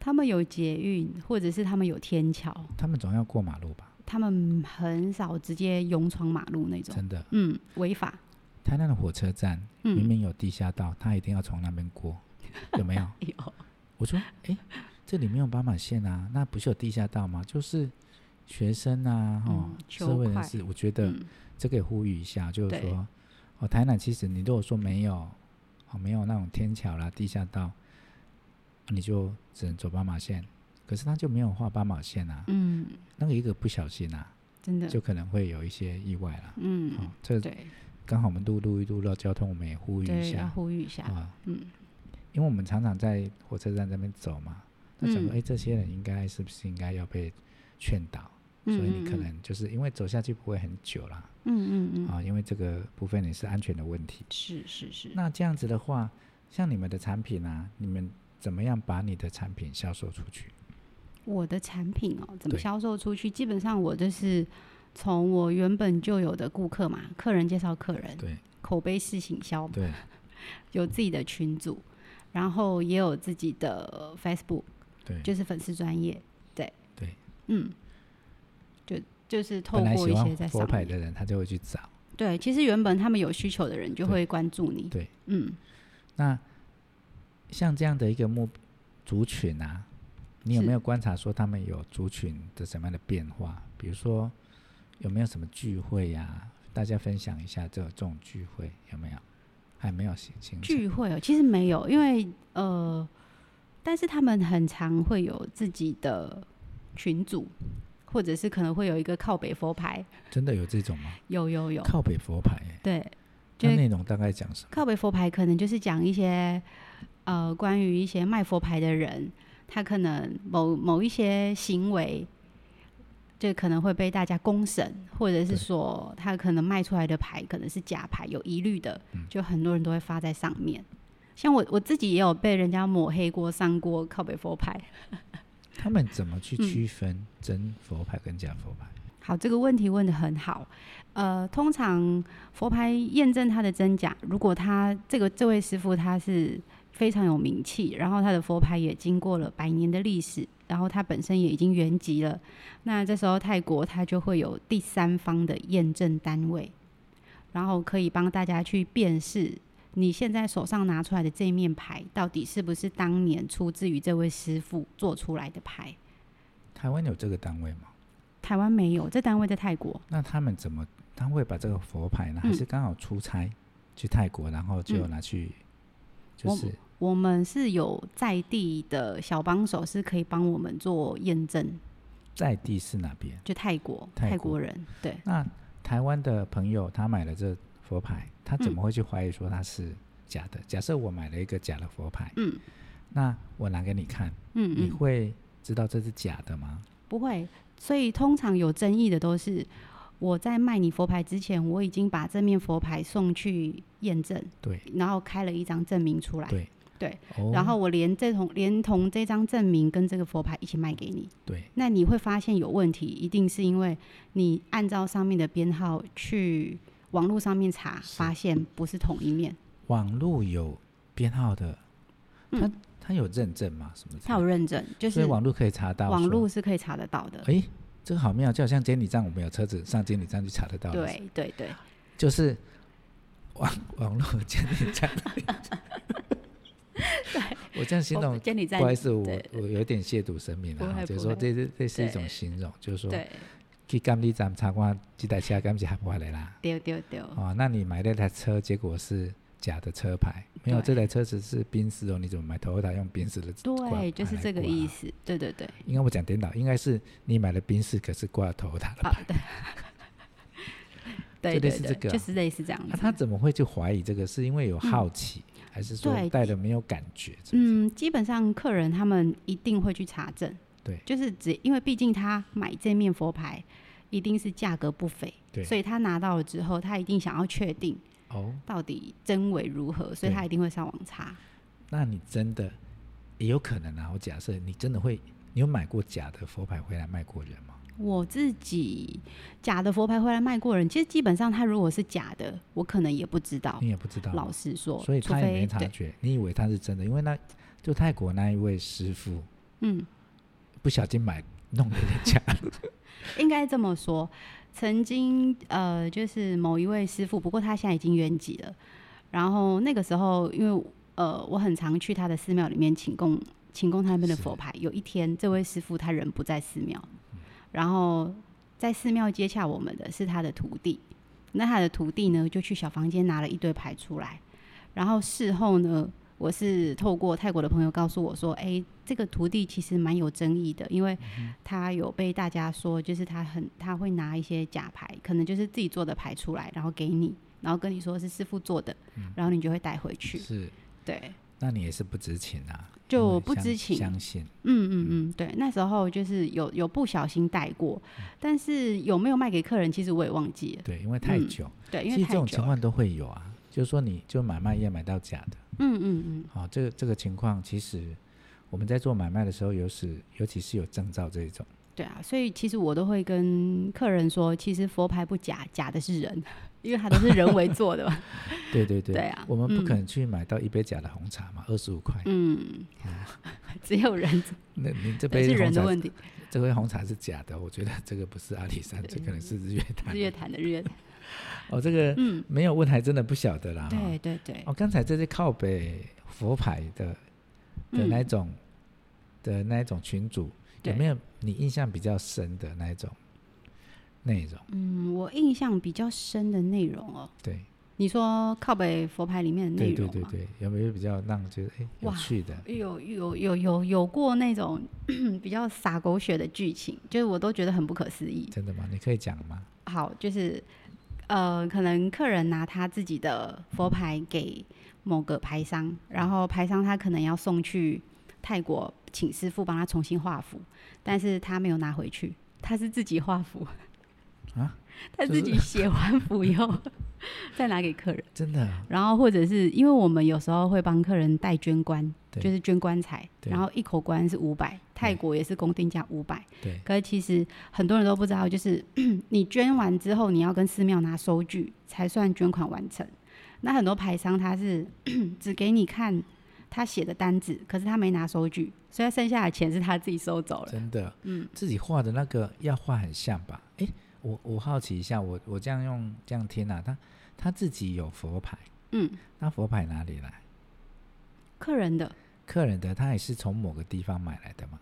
Speaker 2: 他们有捷运，或者是他们有天桥，
Speaker 1: 他们总要过马路吧？
Speaker 2: 他们很少直接勇闯马路那种。
Speaker 1: 真的，
Speaker 2: 嗯，违法。
Speaker 1: 台南的火车站明
Speaker 2: 嗯，
Speaker 1: 明有地下道，他一定要从那边 过，有没有？
Speaker 2: 有。
Speaker 1: 我说，哎，这里没有斑马线啊，那不是有地下道吗？就是学生啊，哦
Speaker 2: 嗯，
Speaker 1: 社
Speaker 2: 求
Speaker 1: 会人
Speaker 2: 快
Speaker 1: 士，我觉得
Speaker 2: 嗯
Speaker 1: 这个也呼吁一下，就是
Speaker 2: 对
Speaker 1: 说，哦，台南其实你如果说没有，哦，没有那种天桥啦、地下道，你就只能走斑马线。可是他就没有画斑马线啊，
Speaker 2: 嗯，
Speaker 1: 那个一个不小心啊，
Speaker 2: 真的。
Speaker 1: 就可能会有一些意外啦。哦
Speaker 2: 嗯，，
Speaker 1: 这
Speaker 2: 对
Speaker 1: 刚好我们录录一录到交通，我们也呼吁一
Speaker 2: 对，要
Speaker 1: 下
Speaker 2: 呼吁一下。
Speaker 1: 啊，
Speaker 2: 嗯，
Speaker 1: 因为我们常常在火车站那边走嘛，那想说，
Speaker 2: 嗯
Speaker 1: 哎、这些人应该是不是应该要被劝导？
Speaker 2: 嗯
Speaker 1: 所以你
Speaker 2: 嗯
Speaker 1: 可
Speaker 2: 嗯
Speaker 1: 能就是因为走下去不会很久啦，
Speaker 2: 嗯嗯嗯，
Speaker 1: 啊，因为这个部分也是安全的问题。
Speaker 2: 是是是。
Speaker 1: 那这样子的话，像你们的产品啊，你们怎么样把你的产品销售出去？
Speaker 2: 我的产品哦，怎么
Speaker 1: 对
Speaker 2: 销售出去？基本上我就是从我原本就有的顾客嘛，客人介绍客人，
Speaker 1: 对
Speaker 2: 口碑式行销嘛，
Speaker 1: 对，
Speaker 2: 有自己的群组，然后也有自己的呃 Facebook，
Speaker 1: 对，
Speaker 2: 就是粉丝专业，对
Speaker 1: 对，
Speaker 2: 嗯，就就是透
Speaker 1: 本来
Speaker 2: 过
Speaker 1: 喜
Speaker 2: 一
Speaker 1: 欢
Speaker 2: 些在
Speaker 1: 佛
Speaker 2: 上
Speaker 1: 牌
Speaker 2: 面，
Speaker 1: 的人，他就会去找。
Speaker 2: 对，其实原本他们有需求的人就
Speaker 1: 对
Speaker 2: 会关注你，
Speaker 1: 对，
Speaker 2: 嗯，
Speaker 1: 那像这样的一个目族群啊，你有
Speaker 2: 是
Speaker 1: 没有观察说他们有族群的什么样的变化？比如说有没有什么聚会呀、大家分享一下这这种聚会有没有？还没有形形成
Speaker 2: 聚会哦，其实没有，因为呃，但是他们很常会有自己的群组，或者是可能会有一个靠北佛牌，
Speaker 1: 真的有这种吗？
Speaker 2: 有有有，
Speaker 1: 靠北佛牌、欸，
Speaker 2: 对，就
Speaker 1: 那
Speaker 2: 是
Speaker 1: 内容大概讲什么？
Speaker 2: 靠北佛牌可能就是讲一些呃关于一些卖佛牌的人，他可能某某一些行为，就可能会被大家公审，或者
Speaker 1: 对
Speaker 2: 是说他可能卖出来的牌可能是假牌，有疑虑的
Speaker 1: 嗯，
Speaker 2: 就很多人都会发在上面。像我我自己也有被人家抹黑过、上过靠北佛牌。
Speaker 1: 他们怎么去
Speaker 2: 嗯
Speaker 1: 区分真佛牌跟假佛牌？
Speaker 2: 好，这个问题问的很好。呃，通常佛牌验证它的真假，如果他这个这位师傅他是非常有名气，然后他的佛牌也经过了百年的历史，然后他本身也已经原籍了，那这时候泰国它就会有第三方的验证单位，然后可以帮大家去辨识。你现在手上拿出来的这面牌，到底是不是当年出自于这位师傅做出来的牌？
Speaker 1: 台湾有这个单位吗？
Speaker 2: 台湾没有，这单位在泰国。
Speaker 1: 那他们怎么他会把这个佛牌呢？还
Speaker 2: 嗯
Speaker 1: 是刚好出差去泰国，然后就
Speaker 2: 嗯
Speaker 1: 拿去、就
Speaker 2: 我
Speaker 1: 是
Speaker 2: 我们是有在地的小帮手是可以帮我们做验证，
Speaker 1: 在地是哪边？
Speaker 2: 就泰国
Speaker 1: 泰国
Speaker 2: 国人对
Speaker 1: 那台湾的朋友他买了这佛牌，他怎
Speaker 2: 嗯
Speaker 1: 么会去怀疑说它是假的？假设我买了一个假的佛牌，
Speaker 2: 嗯，
Speaker 1: 那我拿给你看，
Speaker 2: 嗯
Speaker 1: 你
Speaker 2: 嗯，
Speaker 1: 会知道这是假的吗？
Speaker 2: 不会。所以通常有争议的都是我在卖你佛牌之前，我已经把这面佛牌送去验证，
Speaker 1: 对
Speaker 2: 然后开了一张证明出来。
Speaker 1: 对
Speaker 2: 对，
Speaker 1: 哦
Speaker 2: 然后我连这同连同这张证明跟这个佛牌一起卖给你，
Speaker 1: 对，
Speaker 2: 那你会发现有问题，一定是因为你按照上面的编号去网络上面查，
Speaker 1: 是
Speaker 2: 发现不是同一面，
Speaker 1: 网络有编号的，它
Speaker 2: 嗯
Speaker 1: 它有认证吗？什么之类的？
Speaker 2: 它有认证，就
Speaker 1: 所
Speaker 2: 是
Speaker 1: 以网络可以查到。
Speaker 2: 网络，是可以查得到的。
Speaker 1: 哎，这个好妙，就好像监理站，我们有车子上监理站去查得到。，
Speaker 2: 对对对，
Speaker 1: 就是网 网络监理站。 我这样形容
Speaker 2: 哦，监理站
Speaker 1: 不好意思，我
Speaker 2: 对
Speaker 1: 我有点亵渎神明
Speaker 2: 不
Speaker 1: 了哈，
Speaker 2: 会
Speaker 1: 就是
Speaker 2: 不
Speaker 1: 说
Speaker 2: 会
Speaker 1: 这这这是一种
Speaker 2: 对
Speaker 1: 形容，就是说
Speaker 2: 对
Speaker 1: 去监理站查看这台车敢不是合法的啦。
Speaker 2: 丢丢丢，
Speaker 1: 哦，那你买那台车，结果是假的车牌，没有这
Speaker 2: 对
Speaker 1: 台车子是宾士哦，你怎么买 Toyota 用宾士的挂？
Speaker 2: 对，就是这个意
Speaker 1: 思。
Speaker 2: 思。对对对，
Speaker 1: 应该我讲颠倒，应该是你买了宾士，可是挂了 Toyota 的
Speaker 2: 好
Speaker 1: 牌。
Speaker 2: 的。
Speaker 1: 就
Speaker 2: 对
Speaker 1: 类
Speaker 2: 对
Speaker 1: 似
Speaker 2: 对，
Speaker 1: 这个啊
Speaker 2: 就是类似这样
Speaker 1: 那、
Speaker 2: 子。
Speaker 1: 他怎么会去怀疑这个？是因为有好奇，还是说
Speaker 2: 嗯对
Speaker 1: 带的没有感觉？是不是，
Speaker 2: 嗯，基本上客人他们一定会去查证，
Speaker 1: 对
Speaker 2: 就是只因为毕竟他买这面佛牌一定是价格不菲，
Speaker 1: 对
Speaker 2: 所以他拿到了之后，他一定想要确定
Speaker 1: 哦，
Speaker 2: 到底真伪如何，所以
Speaker 1: 对
Speaker 2: 他一定会上网查。
Speaker 1: 那你真的也有可能啊。我假设你真的会，你有买过假的佛牌回来卖过人吗？
Speaker 2: 我自己假的佛牌回来卖过人，其实基本上他如果是假的，我可能也不知道。
Speaker 1: 你也不知道，
Speaker 2: 哦老实说，
Speaker 1: 所以
Speaker 2: 除
Speaker 1: 他也没
Speaker 2: 非
Speaker 1: 察
Speaker 2: 对，
Speaker 1: 觉，你以为他是真的，因为那就泰国那一位师傅，
Speaker 2: 嗯，
Speaker 1: 不小心买弄了点假，
Speaker 2: 应该这么说。曾经呃，就是某一位师傅，不过他现在已经圆寂了。然后那个时候，因为呃，我很常去他的寺庙里面请供，请供他那边的
Speaker 1: 是
Speaker 2: 佛牌。有一天，这位师傅他人不在寺庙，然
Speaker 1: 嗯
Speaker 2: 后在寺庙接洽我们的是他的徒弟。那他的徒弟呢，就去小房间拿了一堆牌出来。然后事后呢，我是透过泰国的朋友告诉我说，哎，这个徒弟其实蛮有争议的，因为
Speaker 1: 嗯
Speaker 2: 他有被大家说，就是他很他会拿一些假牌，可能就是自己做的牌出来，然后给你，然后跟你说是师傅做的，然后你就会带回 去。
Speaker 1: 嗯是，
Speaker 2: 对，
Speaker 1: 那你也是不知情啊，
Speaker 2: 就
Speaker 1: 因为
Speaker 2: 不
Speaker 1: 相
Speaker 2: 知情
Speaker 1: 相信
Speaker 2: 嗯嗯嗯，对，那时候就是有有不小心带过，
Speaker 1: 嗯
Speaker 2: 但是有没有卖给客人，其实我也忘记了。
Speaker 1: 对，因为太
Speaker 2: 嗯
Speaker 1: 久，
Speaker 2: 对，因
Speaker 1: 其
Speaker 2: 为
Speaker 1: 实这
Speaker 2: 太
Speaker 1: 种
Speaker 2: 久
Speaker 1: 情
Speaker 2: 了。
Speaker 1: 况都会有啊，就是说你就买卖业买到假的，
Speaker 2: 嗯嗯嗯，
Speaker 1: 好、这个这个情况其实我们在做买卖的时候，有时尤其是有证照这一种，
Speaker 2: 对啊，所以其实我都会跟客人说，其实佛牌不假，假的是人， 因为它都是人为做的嘛。
Speaker 1: 对对对，
Speaker 2: 对啊
Speaker 1: 我们不
Speaker 2: 嗯
Speaker 1: 可能去买到一杯假的红茶嘛，二十五块，
Speaker 2: 嗯，只有人，
Speaker 1: 那您这
Speaker 2: 对
Speaker 1: 杯
Speaker 2: 是人
Speaker 1: 红
Speaker 2: 的
Speaker 1: 茶
Speaker 2: 问题。
Speaker 1: 这杯红茶是假的，我觉得这个不是阿里山，这可能是日月潭。啊
Speaker 2: 日月潭的日月潭，
Speaker 1: 哦，这个
Speaker 2: 嗯，
Speaker 1: 没有问还真的不晓得啦。哈
Speaker 2: 对对对，
Speaker 1: 哦，刚才这是靠北佛牌的的
Speaker 2: 嗯
Speaker 1: 那一种、的那一种群主，有
Speaker 2: 对
Speaker 1: 没有你印象比较深的那一种内容？
Speaker 2: 嗯，我印象比较深的内容哦，
Speaker 1: 对，
Speaker 2: 你说靠北佛牌里面的内
Speaker 1: 对
Speaker 2: 容
Speaker 1: 对
Speaker 2: 吗？
Speaker 1: 对对，有没有比较让觉得哎有
Speaker 2: 哇
Speaker 1: 趣的？
Speaker 2: 有有有有有过那种 比较洒狗血的剧情，就是我都觉得很不可思议。
Speaker 1: 真的吗？你可以讲吗？
Speaker 2: 好，就是呃，可能客人拿他自己的佛牌给某个牌商，然后牌商他可能要送去泰国请师傅帮他重新画符，但是他没有拿回去，他是自己画符
Speaker 1: 啊，
Speaker 2: 他
Speaker 1: 就
Speaker 2: 自
Speaker 1: 是
Speaker 2: 己写完符以后 再拿给客人。
Speaker 1: 真的啊
Speaker 2: 然后或者是因为我们有时候会帮客人带捐棺，
Speaker 1: 对
Speaker 2: 就是捐棺材，
Speaker 1: 对
Speaker 2: 然后一口棺是五百，泰国也是公定价五百。
Speaker 1: 对
Speaker 2: 可是其实很多人都不知道，就是 你捐完之后，你要跟寺庙拿收据才算捐款完成。那很多牌商他是 只给你看他写的单子，可是他没拿收据，所以他剩下的钱是他自己收走了。
Speaker 1: 真的，
Speaker 2: 嗯，
Speaker 1: 自己画的那个要画很像吧？哎，我我好奇一下，我我这样用这样听啊，他他自己有佛牌，
Speaker 2: 嗯，
Speaker 1: 那佛牌哪里来？
Speaker 2: 客人的
Speaker 1: 客人的他也是从某个地方买来的嘛？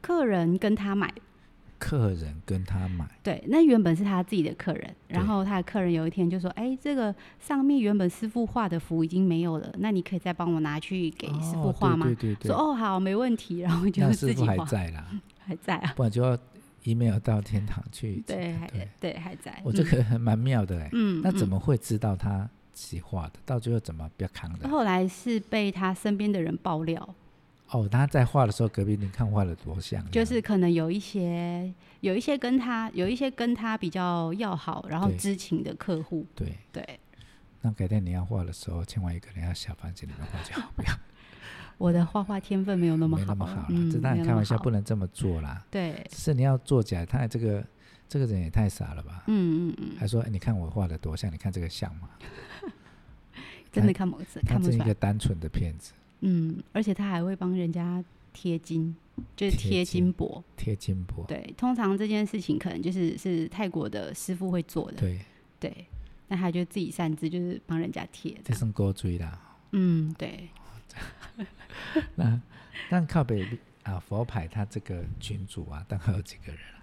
Speaker 2: 客人跟他买，
Speaker 1: 客人跟他买，
Speaker 2: 对，那原本是他自己的客人，
Speaker 1: 对
Speaker 2: 然后他的客人有一天就说：“哎，这个上面原本师傅画的符已经没有了，那你可以再帮我拿去给师傅
Speaker 1: 哦
Speaker 2: 画吗？”
Speaker 1: 对对对
Speaker 2: 说：“
Speaker 1: 对，
Speaker 2: 哦，好，没问题。”然后就
Speaker 1: 那
Speaker 2: 自
Speaker 1: 师傅
Speaker 2: 己
Speaker 1: 还
Speaker 2: 画，
Speaker 1: 在啦，
Speaker 2: 还在啊，
Speaker 1: 不然就要 email 到天堂去。
Speaker 2: 对，还
Speaker 1: 对
Speaker 2: 对还在。嗯
Speaker 1: 我这个还蛮妙的哎，
Speaker 2: 嗯，嗯
Speaker 1: 那怎
Speaker 2: 嗯
Speaker 1: 么会知道他自己画的？到最后怎么不要扛的？
Speaker 2: 后来是被他身边的人爆料，
Speaker 1: 哦，他在画的时候，隔壁你看画的多像，
Speaker 2: 就是可能有一些有一些跟他有一些跟他比较要好，然后
Speaker 1: 对
Speaker 2: 知情的客户，
Speaker 1: 对。
Speaker 2: 对，
Speaker 1: 那改天你要画的时候，千万一个人要小房间里面画就好，不要
Speaker 2: 我的画画天分没有那么
Speaker 1: 没
Speaker 2: 好，
Speaker 1: 那么好啦，
Speaker 2: 嗯，
Speaker 1: 这当然
Speaker 2: 没有
Speaker 1: 开
Speaker 2: 那么
Speaker 1: 玩笑，
Speaker 2: 好
Speaker 1: 不能这么做啦。
Speaker 2: 对，
Speaker 1: 只是你要作假，他这个这个人也太傻了吧？
Speaker 2: 嗯嗯嗯，
Speaker 1: 还说、哎你看我画的多像，你看这个像吗？
Speaker 2: 真的看不
Speaker 1: 他
Speaker 2: 看不
Speaker 1: 是
Speaker 2: 出
Speaker 1: 一
Speaker 2: 来
Speaker 1: 个，单纯的骗子，
Speaker 2: 嗯，而且他还会帮人家贴金，就是
Speaker 1: 贴
Speaker 2: 贴
Speaker 1: 金
Speaker 2: 金箔，
Speaker 1: 贴金箔。
Speaker 2: 对，通常这件事情可能就是是泰国的师傅会做的，
Speaker 1: 对，
Speaker 2: 对，那他就自己擅自就是帮人家贴这
Speaker 1: 这
Speaker 2: 样，
Speaker 1: 算勾追啦。
Speaker 2: 嗯，对，
Speaker 1: 那但靠北啊，佛牌他这个群主啊，大概有几个人啊？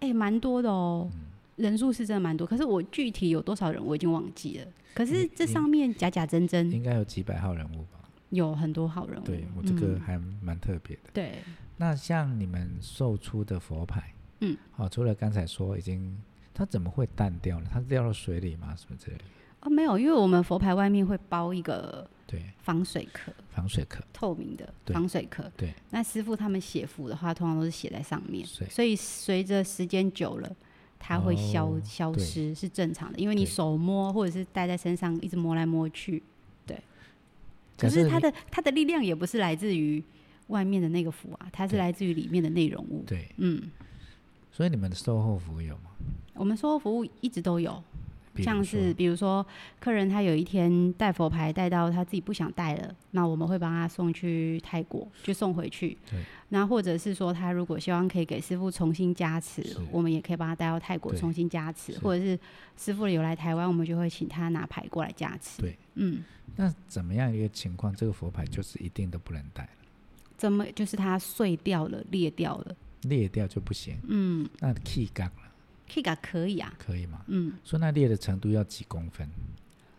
Speaker 2: 哎、蛮多的哦，
Speaker 1: 嗯
Speaker 2: 人数是真的蛮多，可是我具体有多少人我已经忘记了，可是
Speaker 1: 你
Speaker 2: 这
Speaker 1: 你
Speaker 2: 上面假假真真
Speaker 1: 应该有几百号人物吧？
Speaker 2: 有很多好人物，
Speaker 1: 对我这个
Speaker 2: 嗯
Speaker 1: 还蛮特别的。
Speaker 2: 对，
Speaker 1: 那像你们售出的佛牌，
Speaker 2: 嗯，
Speaker 1: 哦，除了刚才说已经，它怎么会淡掉呢？它掉到水里吗？什么之类的？
Speaker 2: 哦，没有，因为我们佛牌外面会包一个
Speaker 1: 对，
Speaker 2: 防水壳，
Speaker 1: 防水壳，
Speaker 2: 透明的
Speaker 1: 对
Speaker 2: 防水壳。
Speaker 1: 对，
Speaker 2: 那师傅他们写符的话，通常都是写在上面，
Speaker 1: 水
Speaker 2: 所以随着时间久了，它会消、
Speaker 1: 哦
Speaker 2: 消
Speaker 1: 对
Speaker 2: 失是正常的，因为你
Speaker 1: 对
Speaker 2: 手摸或者是戴在身上一直摸来摸去，可
Speaker 1: 假设
Speaker 2: 是它
Speaker 1: 你
Speaker 2: 的它的力量也不是来自于外面的那个符啊，它是
Speaker 1: 对
Speaker 2: 来自于里面的内容物。
Speaker 1: 对，
Speaker 2: 嗯，
Speaker 1: 所以你们的售后服务有吗？
Speaker 2: 我们售后服务一直都有，
Speaker 1: 比如说
Speaker 2: 像是比如说，客人他有一天带佛牌带到他自己不想带了，那我们会帮他送去泰国，就送回去
Speaker 1: 对。
Speaker 2: 那或者是说，他如果希望可以给师傅重新加持
Speaker 1: 是，
Speaker 2: 我们也可以帮他带到泰国
Speaker 1: 对
Speaker 2: 重新加持，
Speaker 1: 是
Speaker 2: 或者是师傅有来台湾，我们就会请他拿牌过来加持。
Speaker 1: 对，
Speaker 2: 嗯，
Speaker 1: 那怎么样一个情况，这个佛牌就是一定都不能带了，
Speaker 2: 怎么就是他碎掉了、裂掉了？
Speaker 1: 裂掉就不行。
Speaker 2: 嗯
Speaker 1: 那 key 杠了，
Speaker 2: k i g a 可以啊，
Speaker 1: 可以吗？
Speaker 2: 嗯，
Speaker 1: 说那裂的程度要几公分？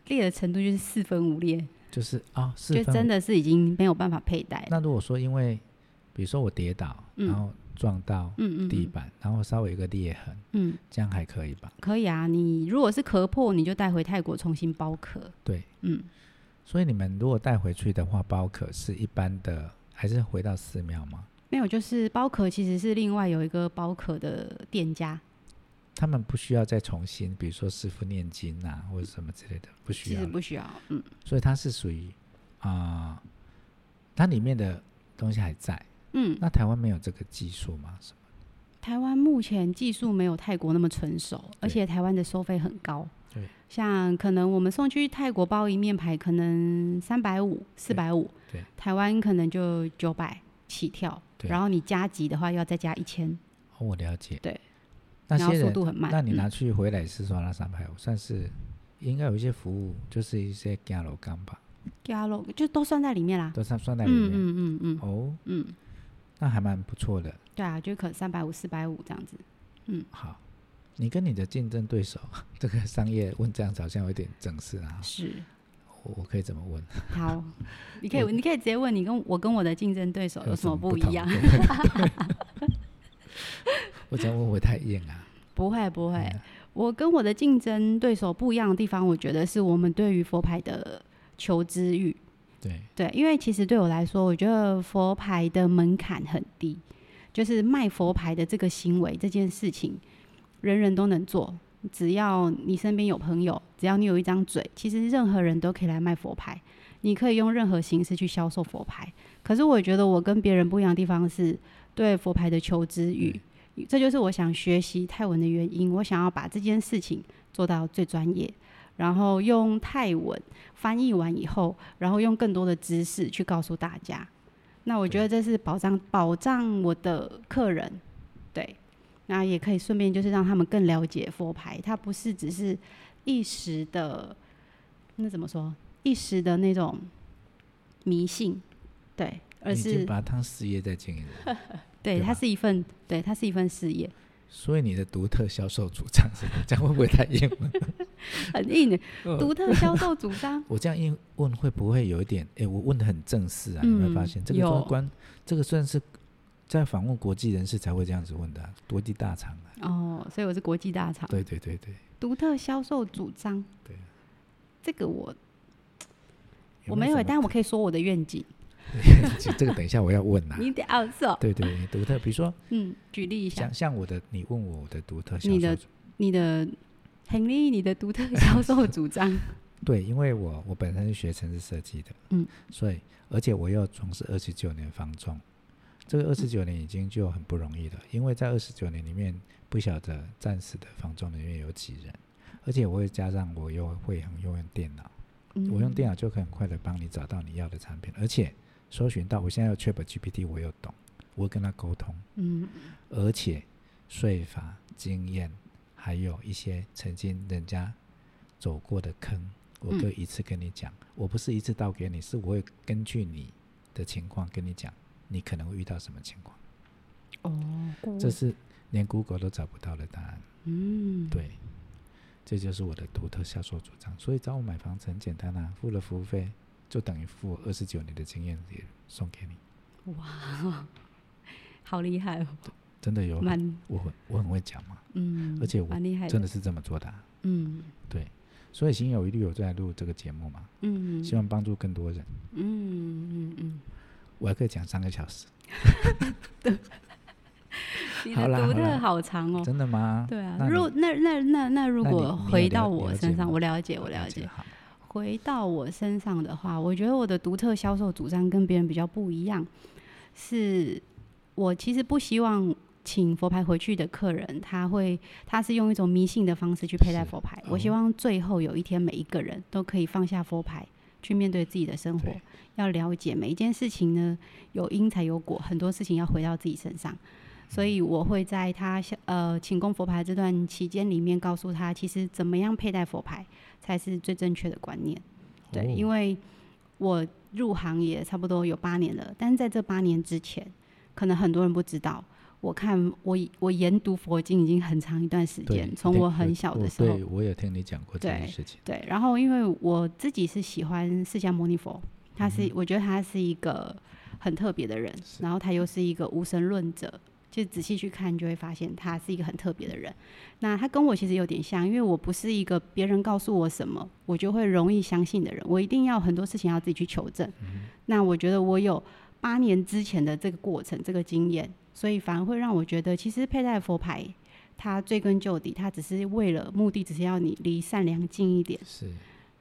Speaker 2: 裂的程度就是四分五裂，
Speaker 1: 就是啊，四
Speaker 2: 就
Speaker 1: 分
Speaker 2: 真的是已经没有办法佩戴了。
Speaker 1: 那如果说因为，比如说我跌倒，
Speaker 2: 哎嗯
Speaker 1: 然后撞到
Speaker 2: 嗯嗯
Speaker 1: 地
Speaker 2: 嗯
Speaker 1: 板，然后稍微有一个裂痕，
Speaker 2: 嗯。
Speaker 1: 这样还可以吧？
Speaker 2: 可以啊，你如果是壳破，你就带回泰国重新包壳。
Speaker 1: 对，
Speaker 2: 嗯，
Speaker 1: 所以你们如果带回去的话，包可是一般的，还是回到寺庙吗？
Speaker 2: 没有，就是包壳其实是另外有一个包壳的店家，
Speaker 1: 他们不需要再重新，比如说师傅念经啊，或者什么之类的，不需
Speaker 2: 其
Speaker 1: 要
Speaker 2: 实
Speaker 1: 了。
Speaker 2: 不需要。嗯，
Speaker 1: 所以它是属于啊、它里面的东西还在。
Speaker 2: 嗯，
Speaker 1: 那台湾没有这个技术吗？什么
Speaker 2: 台湾目前技术没有泰国那么成熟，而且台湾的收费很高。
Speaker 1: 对，
Speaker 2: 像可能我们送去泰国包一面牌，可能三百五、四百五，
Speaker 1: 对，
Speaker 2: 台湾可能就九百起跳，
Speaker 1: 对
Speaker 2: 然后你加急的话要再加一千，
Speaker 1: 哦我了解。
Speaker 2: 对，
Speaker 1: 那
Speaker 2: 然后
Speaker 1: 些
Speaker 2: 速
Speaker 1: 人，
Speaker 2: 度很慢。
Speaker 1: 那你
Speaker 2: 嗯
Speaker 1: 拿去回来是说那三百五，算是应该有一些服务，就是一些加楼钢吧，
Speaker 2: 加了就都算在里面啦。
Speaker 1: 都算算在里
Speaker 2: 嗯
Speaker 1: 面。
Speaker 2: 嗯嗯嗯
Speaker 1: 哦，
Speaker 2: 嗯。
Speaker 1: 那还蛮不错的。
Speaker 2: 对啊，就可能三百五、四百五这样子。
Speaker 1: 好，你跟你的竞争对手， 这个商业问这样子好像有点正式啊。
Speaker 2: 是，
Speaker 1: 我我可以怎么问？
Speaker 2: 好，你可以，你可以直接问你跟我跟我的竞争对手有呃什么
Speaker 1: 不
Speaker 2: 一
Speaker 1: 同
Speaker 2: 样？
Speaker 1: 对对 我这样问会太硬 啊。
Speaker 2: 不会，不会
Speaker 1: 嗯，
Speaker 2: 我跟我的竞争对手不一样的地方，我觉得是我们对于佛牌的求知欲。
Speaker 1: 对，
Speaker 2: 对，因为其实对我来说，我觉得佛牌的门槛很低，就是卖佛牌的这个行为这件事情，人人都能做。只要你身边有朋友，只要你有一张嘴，其实任何人都可以来卖佛牌。你可以用任何形式去销售佛牌。可是我觉得我跟别人不一样的地方是对佛牌的求知欲，这就是我想学习泰文的原因。我想要把这件事情做到最专业，然后用泰文翻译完以后，然后用更多的知识去告诉大家。那我觉得这是保障保障我的客人，对，那也可以顺便就是让他们更了解佛牌，它不是只是一时的，那怎么说？一时的那种迷信，对，而
Speaker 1: 你已经
Speaker 2: 是
Speaker 1: 把它当事业在经营了，对
Speaker 2: 对它
Speaker 1: 吧
Speaker 2: 是一份，对它是一份事业，
Speaker 1: 所以你的独特销售主张是这样会不会太硬 了？
Speaker 2: 很硬的
Speaker 1: 呃
Speaker 2: 独特销售主
Speaker 1: 。
Speaker 2: 张
Speaker 1: 我这样硬问会不会有一点？哎，我问的很正式啊，你有没有发
Speaker 2: 嗯
Speaker 1: 现？这个
Speaker 2: 有
Speaker 1: 都关，这个算是在访问国际人士才会这样子问的啊，国际大厂啊。
Speaker 2: 哦，所以我是国际大厂。
Speaker 1: 对对对对，
Speaker 2: 独特销售主张，
Speaker 1: 对啊
Speaker 2: 这个我我
Speaker 1: 没
Speaker 2: 没
Speaker 1: 什
Speaker 2: 有，
Speaker 1: 么
Speaker 2: 但我可以说我的愿景。
Speaker 1: 这这个等一下我要问 啊。
Speaker 2: 你得要说，
Speaker 1: 对对，你独特，比如说
Speaker 2: 嗯，举例一下
Speaker 1: 像像我的，你问我我的独特销售
Speaker 2: 你的
Speaker 1: 主
Speaker 2: 你的很利，你的独特销售主张。
Speaker 1: 对，因为我我本身是学城市设计的，
Speaker 2: 嗯，
Speaker 1: 所以而且我又从事二十九年房仲，这个二十九年已经就很不容易了，因为在二十九年里面，不晓得战死的房仲里面有几人，而且我又加上我又会很用用电脑，
Speaker 2: 嗯
Speaker 1: 我用电脑就可以很快的帮你找到你要的产品，而且搜寻到我现在有 Chat GPT，我又懂，我会跟他沟通，
Speaker 2: 嗯，
Speaker 1: 而且税法经验，还有一些曾经人家走过的坑，我
Speaker 2: 嗯
Speaker 1: 可以一次跟你讲。我不是一次倒给你，是我会根据你的情况跟你讲，你可能会遇到什么情况。
Speaker 2: 嗯哦，
Speaker 1: 这是连 Google 都找不到的答案。
Speaker 2: 嗯，
Speaker 1: 对，这就是我的独特销售主张。所以找我买房子很简单啊，付了服务费就等于付我二十九年的经验也送给你。
Speaker 2: 哇，好厉害哦，
Speaker 1: 真的有很，
Speaker 2: 蛮
Speaker 1: 我很我很会讲嘛，
Speaker 2: 嗯，
Speaker 1: 而且我
Speaker 2: 蛮厉害
Speaker 1: 真
Speaker 2: 的，
Speaker 1: 的是这么做的啊、
Speaker 2: 嗯
Speaker 1: 对，所以心有余力有在录这个节目嘛，
Speaker 2: 嗯，
Speaker 1: 希望帮助更多人。
Speaker 2: 嗯嗯嗯，
Speaker 1: 我还可以讲三个小时，
Speaker 2: 嗯你
Speaker 1: 好
Speaker 2: 的
Speaker 1: 啦
Speaker 2: 独
Speaker 1: 好啦
Speaker 2: 特好长哦，
Speaker 1: 真的吗？
Speaker 2: 对啊
Speaker 1: 那，你
Speaker 2: 如那那那那如
Speaker 1: 那你
Speaker 2: 果
Speaker 1: 你也
Speaker 2: 回
Speaker 1: 了
Speaker 2: 到
Speaker 1: 你
Speaker 2: 我
Speaker 1: 了解
Speaker 2: 身上，
Speaker 1: 吗
Speaker 2: 我了解，
Speaker 1: 好
Speaker 2: 我了解。
Speaker 1: 好，
Speaker 2: 回到我身上的话，我觉得我的独特销售主张跟别人比较不一样，是我其实不希望请佛牌回去的客人，他会他是用一种迷信的方式去佩戴
Speaker 1: 是
Speaker 2: 佛牌。
Speaker 1: 哦
Speaker 2: 我希望最后有一天，每一个人都可以放下佛牌，去面对自己的生活
Speaker 1: 对。
Speaker 2: 要了解每一件事情呢，有因才有果，很多事情要回到自己身上。所
Speaker 1: 嗯
Speaker 2: 以我会在他下呃请供佛牌这段期间里面，告诉他其实怎么样佩戴佛牌才是最正确的观念。对，因
Speaker 1: 为
Speaker 2: 为我入行也差不多有八年了，但是在这八年之前，可能很多人不知道。我看我以我研读佛经已经很长一段时间，从我很小的时候
Speaker 1: 对，我有听你讲过这件
Speaker 2: 对
Speaker 1: 事情，
Speaker 2: 对，然后因为我自己是喜欢释迦牟尼佛，他是、我觉得他是一个很特别的人，
Speaker 1: 是
Speaker 2: 然后他又是一个无神论者，就仔细去看就会发现他是一个很特别的人。那他跟我其实有点像，因为我不是一个别人告诉我什么我就会容易相信的人，我一定要很多事情要自己去求证。那我觉得我有八年之前的这个过程这个经验，所以反而会让我觉得，其实佩戴佛牌。它追根究底，它只是为了目的，只是要你离善良近一点。
Speaker 1: 是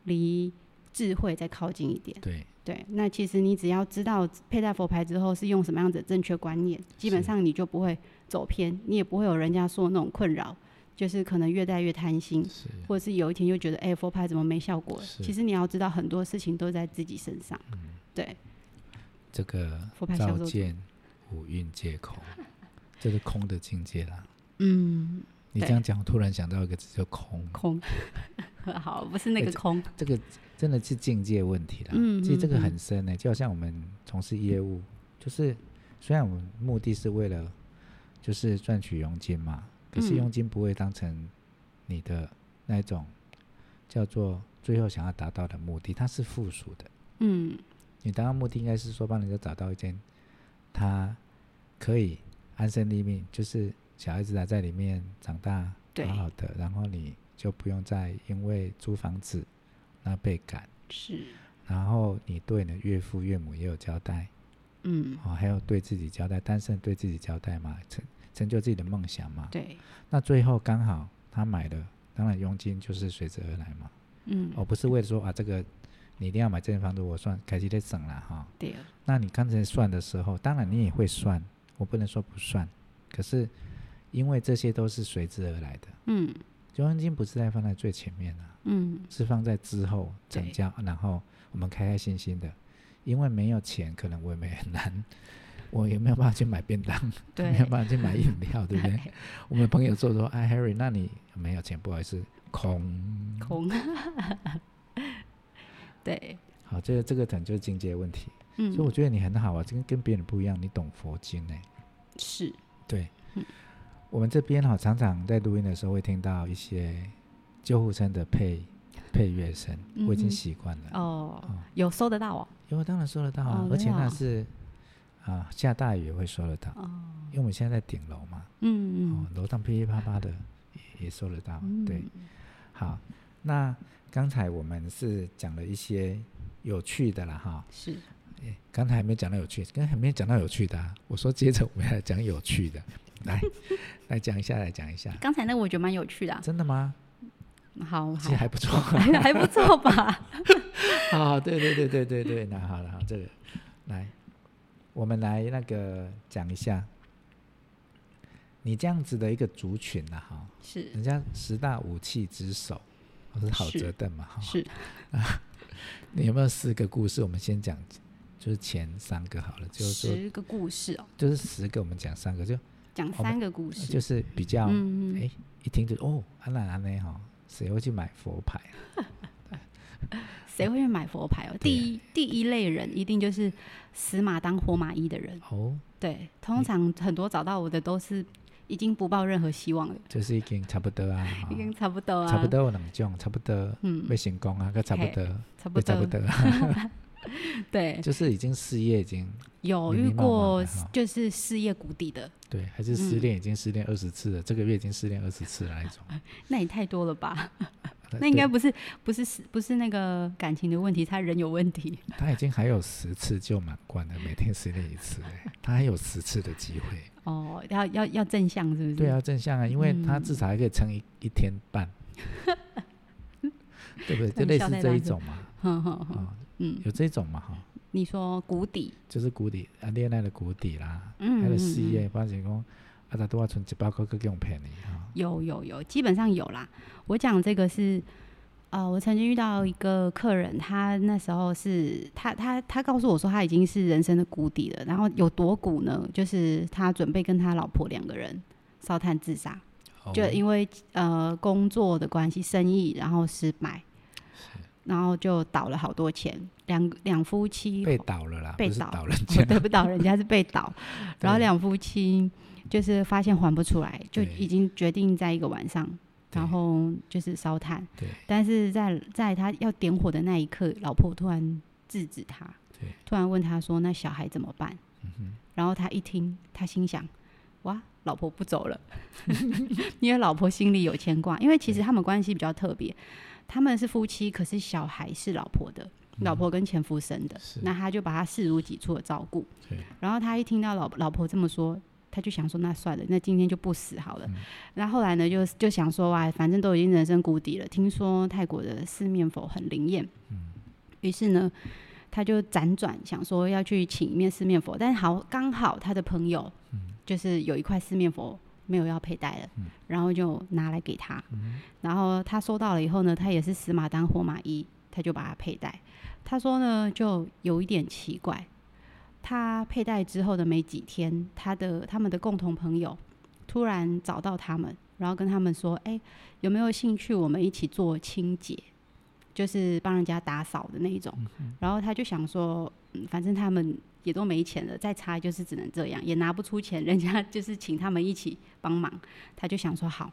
Speaker 2: 离智慧再靠近一点。
Speaker 1: 对，
Speaker 2: 对，那其实你只要知道佩戴佛牌之后是用什么样子的正确观念，基本上你就不会走偏，你也不会有人家说那种困扰，就是可能越戴越贪心，
Speaker 1: 是
Speaker 2: 或者是有一天又觉得哎、佛牌怎么没效果了？
Speaker 1: 是
Speaker 2: 其实你要知道很多事情都在自己身上。对，
Speaker 1: 这个
Speaker 2: 佛牌销
Speaker 1: 照
Speaker 2: 售
Speaker 1: 见五蕴皆空，这是空的境界啦。
Speaker 2: 嗯，
Speaker 1: 你
Speaker 2: 对
Speaker 1: 这样讲，我突然想到一个字叫空，
Speaker 2: 空， 好，不是那
Speaker 1: 哎
Speaker 2: 个空，
Speaker 1: 这个真的是境界问题啦。
Speaker 2: 嗯
Speaker 1: 其实这个
Speaker 2: 嗯
Speaker 1: 很深呢、就好像我们从事业务，就是虽然我们目的是为了就是赚取佣金嘛，可是
Speaker 2: 嗯
Speaker 1: 佣金不会当成你的那种叫做最后想要达到的目的，它是附属的。
Speaker 2: 嗯
Speaker 1: 你达到目的应该是说帮人家找到一间他可以安身立命，就是小孩子还在里面长大，
Speaker 2: 对
Speaker 1: 好好的，然后你就不用再因为租房子那被赶，
Speaker 2: 是，
Speaker 1: 然后你对你的岳父岳母也有交代，
Speaker 2: 嗯
Speaker 1: 哦，还有对自己交代，单身对自己交代嘛，成成就自己的梦想嘛。
Speaker 2: 对，
Speaker 1: 那最后刚好他买了，当然佣金就是随之而来嘛。
Speaker 2: 嗯
Speaker 1: 哦，不是为了说啊这个你一定要买这间房子，我算开始得省了哈。
Speaker 2: 对，
Speaker 1: 那你刚才算的时候，当然你也会算，我不能说不算，可是因为这些都是随之而来的，
Speaker 2: 嗯
Speaker 1: 佣金不是在放在最前面啊，
Speaker 2: 嗯
Speaker 1: 是放在之后
Speaker 2: 对
Speaker 1: 成交，然后我们开开心心的，因为没有钱，可能我也没很难， 我也没有办法去买便当，
Speaker 2: 对
Speaker 1: 没有办法去买饮料， 对不对？我们朋友说说，哎，Harry，那你没有钱，不好意思，空，
Speaker 2: 空， 对，
Speaker 1: 好，这个这个可能就是境界问题，
Speaker 2: 嗯，
Speaker 1: 所以我觉得你很好啊，这跟跟别人不一样，你懂佛经呢、
Speaker 2: 是，
Speaker 1: 对
Speaker 2: 嗯，
Speaker 1: 我们这边哈、常常在录音的时候会听到一些救护车的配配乐声，我已经
Speaker 2: 嗯哼
Speaker 1: 习惯了，
Speaker 2: 哦
Speaker 1: 哦，
Speaker 2: 有收得到哦，
Speaker 1: 因为当然收得到啊，
Speaker 2: 哦
Speaker 1: 而且
Speaker 2: 真的
Speaker 1: 那
Speaker 2: 啊
Speaker 1: 是啊、下大雨也会收得到，
Speaker 2: 哦，
Speaker 1: 因为我们现在在顶楼嘛，
Speaker 2: 嗯
Speaker 1: 哦，楼上噼噼啪啪的也也收得到，
Speaker 2: 嗯，
Speaker 1: 对，好，那刚才我们是讲了一些有趣的啦哈，
Speaker 2: 是，
Speaker 1: 诶刚才还没讲到有趣，刚才还没讲到有趣的、啊，我说接着我们来讲有 趣的，来来讲一下，来讲一下。
Speaker 2: 刚才那个我觉得蛮有趣的啊，
Speaker 1: 真的吗？
Speaker 2: 好
Speaker 1: 其实
Speaker 2: 好，
Speaker 1: 还不错。
Speaker 2: 还还不错吧？
Speaker 1: 啊，对对对对对对，那好了，好这个来，我们来那个讲一下，你这样子的一个族群啊，哈，
Speaker 2: 是
Speaker 1: 人家十大武器之首，我是郝
Speaker 2: 是
Speaker 1: 哲邓嘛，哈，
Speaker 2: 是，
Speaker 1: 你有没有四个故事？我们先讲，就是前三个好了，就是说
Speaker 2: 十个故事哦，
Speaker 1: 就是十个，我们讲三个，就
Speaker 2: 讲
Speaker 1: 我们
Speaker 2: 三个故
Speaker 1: 啊就
Speaker 2: 事，
Speaker 1: 是比较，
Speaker 2: 嗯，
Speaker 1: 哎，一听就哦，安娜安内哈，谁会去买佛牌啊？
Speaker 2: 谁会去买佛牌哦？
Speaker 1: 对啊
Speaker 2: 第
Speaker 1: 呀
Speaker 2: 一第一类人一定就是死马当活马医的人，
Speaker 1: 哦，
Speaker 2: 对，通
Speaker 1: 嗯
Speaker 2: 常很多找到我的都是已经不抱任何希望了，
Speaker 1: 就是已经差不多啊，哈
Speaker 2: 已经差不多啊，
Speaker 1: 差不，多有两种，差不多。
Speaker 2: 嗯
Speaker 1: 要，成功啊，个差不多，
Speaker 2: 差不
Speaker 1: 对，差不
Speaker 2: 多，
Speaker 1: 多啊，
Speaker 2: 对，
Speaker 1: 就是已经事业已经
Speaker 2: 有
Speaker 1: 迷迷
Speaker 2: 遇
Speaker 1: 茫茫
Speaker 2: 过
Speaker 1: 的哈
Speaker 2: 就是事业谷底的，
Speaker 1: 对，还是失恋已经失恋二十
Speaker 2: 嗯
Speaker 1: 次了，这个月已经失恋二十次了那 一种。
Speaker 2: 那也太多了吧？
Speaker 1: 哎对
Speaker 2: 那应该不是不是是不是那个感情的问题，他人有问题。
Speaker 1: 他已经还有十次就满贯了，每天失恋一次欸，他还有十次的机会。
Speaker 2: 哦，要要要正向是不是？
Speaker 1: 对， 啊，正向啊，因为
Speaker 2: 嗯
Speaker 1: 他至少还可以撑一一天半，对不对？就类似这一种嘛，
Speaker 2: 哼哼
Speaker 1: 啊、
Speaker 2: 哼，嗯，
Speaker 1: 有这种嘛哈，
Speaker 2: 你说谷底，
Speaker 1: 就是谷底啊，恋爱的谷底啦，
Speaker 2: 嗯，
Speaker 1: 他的
Speaker 2: 嗯
Speaker 1: 事
Speaker 2: 嗯
Speaker 1: 业，发现讲啊，他都要存几百块去给我们骗你啊，
Speaker 2: 有有有，基本上有啦。我讲这个是，呃，我曾经遇到一个客人，他那时候是他他他告诉我说他已经是人生的谷底了，然后有多谷呢？就是他准备跟他老婆两个人烧炭自杀，
Speaker 1: 哦
Speaker 2: 就因为呃工作的关系，生意然后失败，然后就倒了好多钱，两两夫妻
Speaker 1: 被倒了啦，
Speaker 2: 被
Speaker 1: 不是
Speaker 2: 倒
Speaker 1: 倒人
Speaker 2: 我
Speaker 1: 家，
Speaker 2: 得不到，人家是 被倒，然后
Speaker 1: 对
Speaker 2: 两夫妻就是发现还不出来，就
Speaker 1: 对
Speaker 2: 已经决定在一个晚上，
Speaker 1: 对
Speaker 2: 然后就是烧炭。
Speaker 1: 对
Speaker 2: 但是在在他要点火的那一刻，老婆突然制止他
Speaker 1: 对，嗯
Speaker 2: 突然问他说：“那小孩怎么办？”然后他一听，他心想：“哇，老婆不走了，因为老婆心里有牵挂。因为其实他们关系比较特别，他们是夫妻，可是小孩是老婆的，老婆跟前夫生的，
Speaker 1: 嗯是
Speaker 2: 那他就把他视如己出的照顾。
Speaker 1: 对
Speaker 2: 然后他一听到老老婆这么说，他就想说那算了，那今天就不死好了。那后来呢，就就想说啊，反正都已经人生谷底了，听说泰国的四面佛很灵验，于是呢。他就辗转想说要去请一面四面佛，但好刚好他的朋友就是有一块四面佛没有要佩戴了，然后就拿来给他，然后他收到了以后呢，他也是死马当活马医，他就把它佩戴。他说呢，就有一点奇怪，他佩戴之后的没几天，他的他们的共同朋友突然找到他们，然后跟他们说：“哎、有没有兴趣我们一起做清洁？就是帮人家打扫的那一种。然后他就想说，嗯，反正他们也都没钱了，再差就是只能这样，也拿不出钱，人家就是请他们一起帮忙。他就想说好，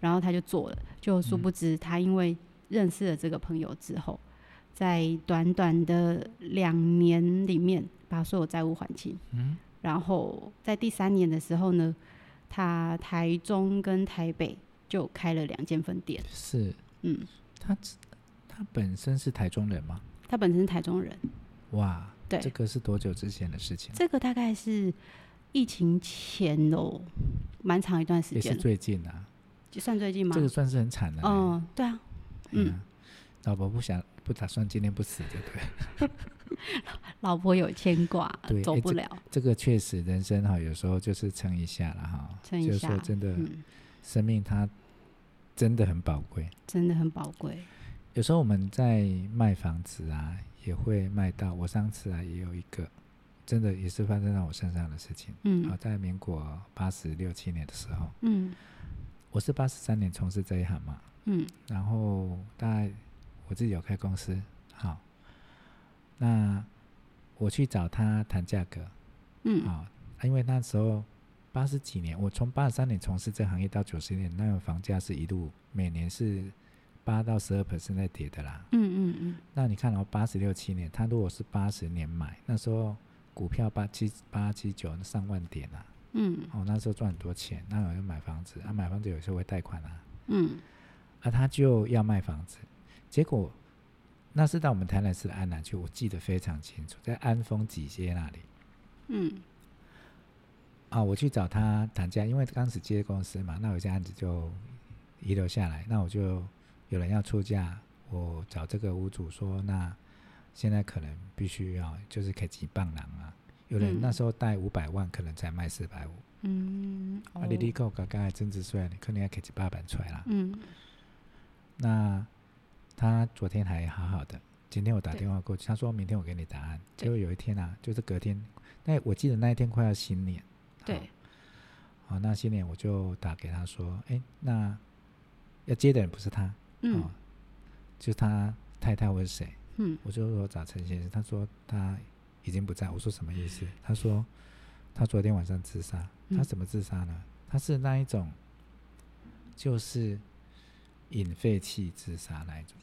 Speaker 2: 然后他就做了，就殊不知他因为认识了这个朋友之后，在短短的两年里面把所有债务还清。
Speaker 1: 嗯，
Speaker 2: 然后在第三年的时候呢，他台中跟台北就开了两间分店。
Speaker 1: 是
Speaker 2: 嗯，
Speaker 1: 他他本身是台中人吗？
Speaker 2: 他本身是台中人，
Speaker 1: 嗯哇，
Speaker 2: 对
Speaker 1: 这个是多久之前的事情？
Speaker 2: 这个大概是疫情前喽，蛮长一段时
Speaker 1: 也是
Speaker 2: 间了，
Speaker 1: 最近啊，
Speaker 2: 就算最近吗
Speaker 1: 这？个算是很惨的呢。
Speaker 2: 嗯，对啊，
Speaker 1: 嗯，
Speaker 2: 嗯，
Speaker 1: 老婆不想不打算今天不死，对不 对？
Speaker 2: 老婆有牵挂
Speaker 1: 对，
Speaker 2: 走
Speaker 1: 哎
Speaker 2: 不了，
Speaker 1: 这个确实人生哈，有时候就是撑一下了哈，
Speaker 2: 撑一
Speaker 1: 就是
Speaker 2: 下
Speaker 1: 说真的，
Speaker 2: 嗯，
Speaker 1: 生命它真的很宝贵。
Speaker 2: 真的很宝贵，
Speaker 1: 有时候我们在卖房子啊，也会卖到我上次啊也有一个，真的也是发生在我身上的事情。好，
Speaker 2: 嗯
Speaker 1: 在民国八十六七年的时候，
Speaker 2: 嗯
Speaker 1: 我是八十三年从事这一行嘛，
Speaker 2: 嗯
Speaker 1: 然后大概我自己有开公司，好，那我去找他谈价格，
Speaker 2: 嗯，
Speaker 1: 好，啊因为那时候八十几年，我从八十三年从事这行业到九十年，那个房价是一路每年是八到十二 percent 在跌的啦。
Speaker 2: 嗯嗯嗯，
Speaker 1: 那你看哦，八十六七年，他如果是八十年买，那时候股票八七八七九上万点啊，
Speaker 2: 嗯
Speaker 1: 哦，那时候赚很多钱，那我就买房子啊，买房子有时候会贷款啊，
Speaker 2: 嗯
Speaker 1: 啊，他就要卖房子，结果那是到我们台南市的安南区，我记得非常清楚，在安丰几街那里
Speaker 2: 嗯
Speaker 1: 啊，我去找他谈价，因为当时接公司嘛，那有些案子就遗留下来，那我就有人要出价，我找这个屋主说，那现在可能必须要就是可以几棒郎啊。有人
Speaker 2: 嗯
Speaker 1: 那时候贷五百万，可能才卖四百五，
Speaker 2: 嗯，
Speaker 1: 啊，你你够刚刚才增值税，你可能要给几百万出来啦。
Speaker 2: 嗯
Speaker 1: 那他昨天还好好的，今天我打
Speaker 2: 对
Speaker 1: 电话过去，他说明天我给你答案。
Speaker 2: 对
Speaker 1: 结果有一天啊，就是隔天，那我记得那一天快要新年，好
Speaker 2: 对，
Speaker 1: 好，那新年我就打给他说，哎，那要接的人不是他，
Speaker 2: 嗯
Speaker 1: 哦，就是他太太或是谁，
Speaker 2: 嗯
Speaker 1: 我就说找陈先生，他说他已经不在，我说什么意思？他说他昨天晚上自杀，
Speaker 2: 嗯
Speaker 1: 他怎么自杀呢？他是那一种，就是引废气自杀那一种，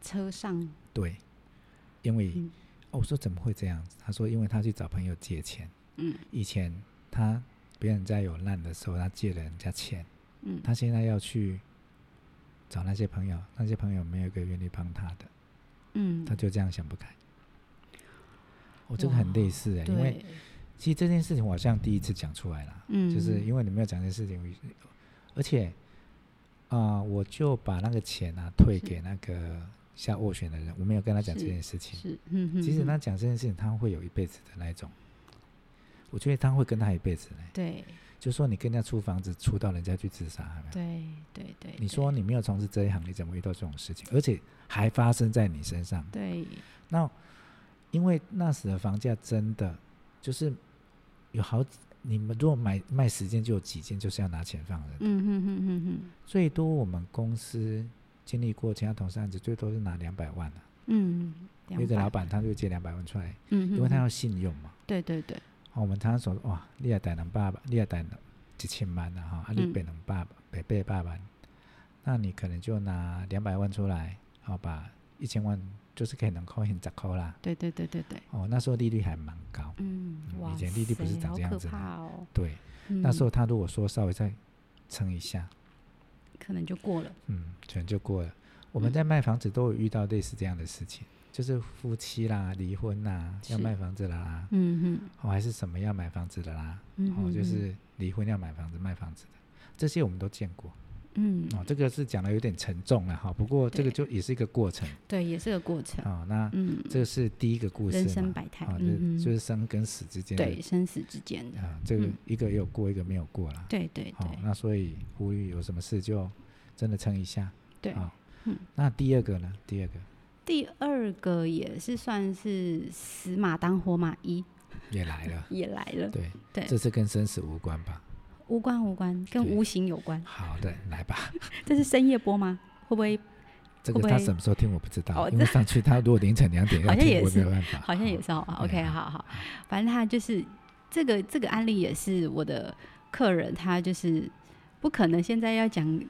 Speaker 2: 车上
Speaker 1: 对，因为、
Speaker 2: 嗯
Speaker 1: 哦，我说怎么会这样？他说因为他去找朋友借钱，
Speaker 2: 嗯
Speaker 1: 以前他别人家有难的时候，他借了人家钱。
Speaker 2: 嗯
Speaker 1: 他现在要去找那些朋友，那些朋友没有一个愿意帮他的，
Speaker 2: 嗯，
Speaker 1: 他就这样想不开。我、这个很
Speaker 2: 哇
Speaker 1: 类似哎、因为
Speaker 2: 对
Speaker 1: 其实这件事情我好像第一次讲出来啦，
Speaker 2: 嗯
Speaker 1: 就是因为你没有讲这件事情，我而且啊、我就把那个钱啊退给那个下斡旋的人，我没有跟他讲这
Speaker 2: 是
Speaker 1: 件事情。
Speaker 2: 是嗯嗯，
Speaker 1: 其实
Speaker 2: 嗯
Speaker 1: 他讲这件事情，他会有一辈子的那一种，我觉得他会跟他一辈子嘞、
Speaker 2: 对
Speaker 1: 就说你跟人家出房子，出到人家去自杀，有没有
Speaker 2: 对对对，
Speaker 1: 你
Speaker 2: 对
Speaker 1: 说你没有从事这一行，你怎么遇到这种事情？而且还发生在你身上。
Speaker 2: 对
Speaker 1: 那因为那时的房价真的就是有好几，你们如果买卖十件，就有几件就是要拿钱放人。
Speaker 2: 嗯嗯嗯嗯
Speaker 1: 最多我们公司经历过其他同事案子，最多是拿两百万的、啊。
Speaker 2: 嗯嗯，
Speaker 1: 有一个
Speaker 2: 200
Speaker 1: 老，板他就借两百万出来，
Speaker 2: 嗯，
Speaker 1: 因为他
Speaker 2: 嗯
Speaker 1: 要
Speaker 2: 嗯
Speaker 1: 信用嘛。
Speaker 2: 对对对，
Speaker 1: 啊我们常常说哇，你也贷两百万，你也贷一千万啊哈，啊你
Speaker 2: 嗯
Speaker 1: 赔两百万，赔八百万，那你可能就拿两百万出来，好、把一千万就是可以能扣很十扣啦。
Speaker 2: 对对对对对，
Speaker 1: 哦，那时候利率还蛮高，
Speaker 2: 嗯，
Speaker 1: 嗯
Speaker 2: 哇
Speaker 1: 以前利率不是
Speaker 2: 塞
Speaker 1: 长
Speaker 2: 好
Speaker 1: 这样
Speaker 2: 可
Speaker 1: 子的
Speaker 2: 怕哦，
Speaker 1: 对，那时
Speaker 2: 嗯
Speaker 1: 候他如果说稍微再撑一下，
Speaker 2: 可能就过了，
Speaker 1: 嗯，可能就过了。我们在卖房子都有遇到类似这样的事情，就是夫妻啦、离婚啦、要
Speaker 2: 是
Speaker 1: 卖房子啦，
Speaker 2: 嗯嗯
Speaker 1: 哦还是什么要买房子的啦，
Speaker 2: 嗯，
Speaker 1: 哦，
Speaker 2: 嗯
Speaker 1: 就
Speaker 2: 嗯
Speaker 1: 是离婚要买房子、卖房子的，这些我们都见过。
Speaker 2: 嗯，
Speaker 1: 哦，这个是讲的有点沉重了哈，不过这个就也是一个过程
Speaker 2: 对，也是个过程，
Speaker 1: 啊、那
Speaker 2: 嗯，
Speaker 1: 这个是第一个故事嘛，
Speaker 2: 人生百态
Speaker 1: 啊、就
Speaker 2: 嗯
Speaker 1: 是
Speaker 2: 哼
Speaker 1: 就是生跟死之间的
Speaker 2: 对生死之间的，
Speaker 1: 啊、这个
Speaker 2: 嗯
Speaker 1: 一个有过，一个没有过啦。
Speaker 2: 对对
Speaker 1: 好、
Speaker 2: 对
Speaker 1: 那所以呼吁有什么事就真的撑一下
Speaker 2: 对
Speaker 1: 啊、。
Speaker 2: 嗯
Speaker 1: 那第二个呢？第二个
Speaker 2: 第二个也是算是死马当活马医，，
Speaker 1: 也来了
Speaker 2: 也来了，
Speaker 1: 对
Speaker 2: 对
Speaker 1: 这次跟生死无关吧？
Speaker 2: 无关无关，跟
Speaker 1: 对
Speaker 2: 无形有 关。
Speaker 1: 好的，来吧。
Speaker 2: 这是深夜播吗？会不会
Speaker 1: 这
Speaker 2: 会
Speaker 1: 个
Speaker 2: 不
Speaker 1: 他
Speaker 2: 会
Speaker 1: 什么时候听我不知道，
Speaker 2: 哦
Speaker 1: 因为上去他如果凌晨两点要
Speaker 2: 好像
Speaker 1: 听，
Speaker 2: 也
Speaker 1: 我没
Speaker 2: 是
Speaker 1: 有办法。
Speaker 2: 好像也
Speaker 1: 哦
Speaker 2: 是哦、
Speaker 1: 对
Speaker 2: o k 好好，反正他就是这个这个案例也是我的客人，他就是不可能现在要讲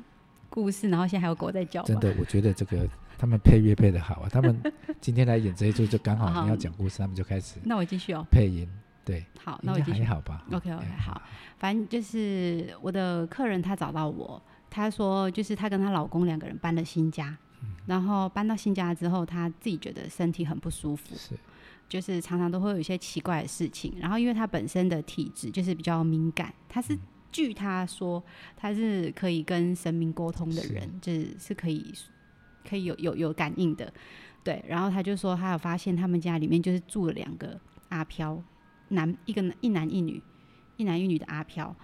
Speaker 2: 故事，然后现在还有狗在叫
Speaker 1: 真
Speaker 2: 吧？
Speaker 1: 的，我觉得这个他们配乐配的好啊，他们今天来演这一出就刚
Speaker 2: 啊
Speaker 1: 好你要讲故事，他们就开始
Speaker 2: 那我继续哦。
Speaker 1: 配音，对，
Speaker 2: 好，那
Speaker 1: 应
Speaker 2: 我
Speaker 1: 该
Speaker 2: 继
Speaker 1: 还
Speaker 2: 续。
Speaker 1: 好吧
Speaker 2: OK，OK，
Speaker 1: 哎
Speaker 2: 好反正就是我的客人他找到我，他说就是她跟她老公两个人搬了新家，然后搬到新家之后，她自己觉得身体很不舒服，
Speaker 1: 是，
Speaker 2: 就是常常都会有一些奇怪的事情。然后因为她本身的体质就是比较敏感，她是据她说她是可以跟神明沟通的
Speaker 1: 是
Speaker 2: 人，就是是可以可以有有有感应的。对，然后她就说她有发现他们家里面就是住了两个阿飘，男一个一男一女，一男一女的阿飘。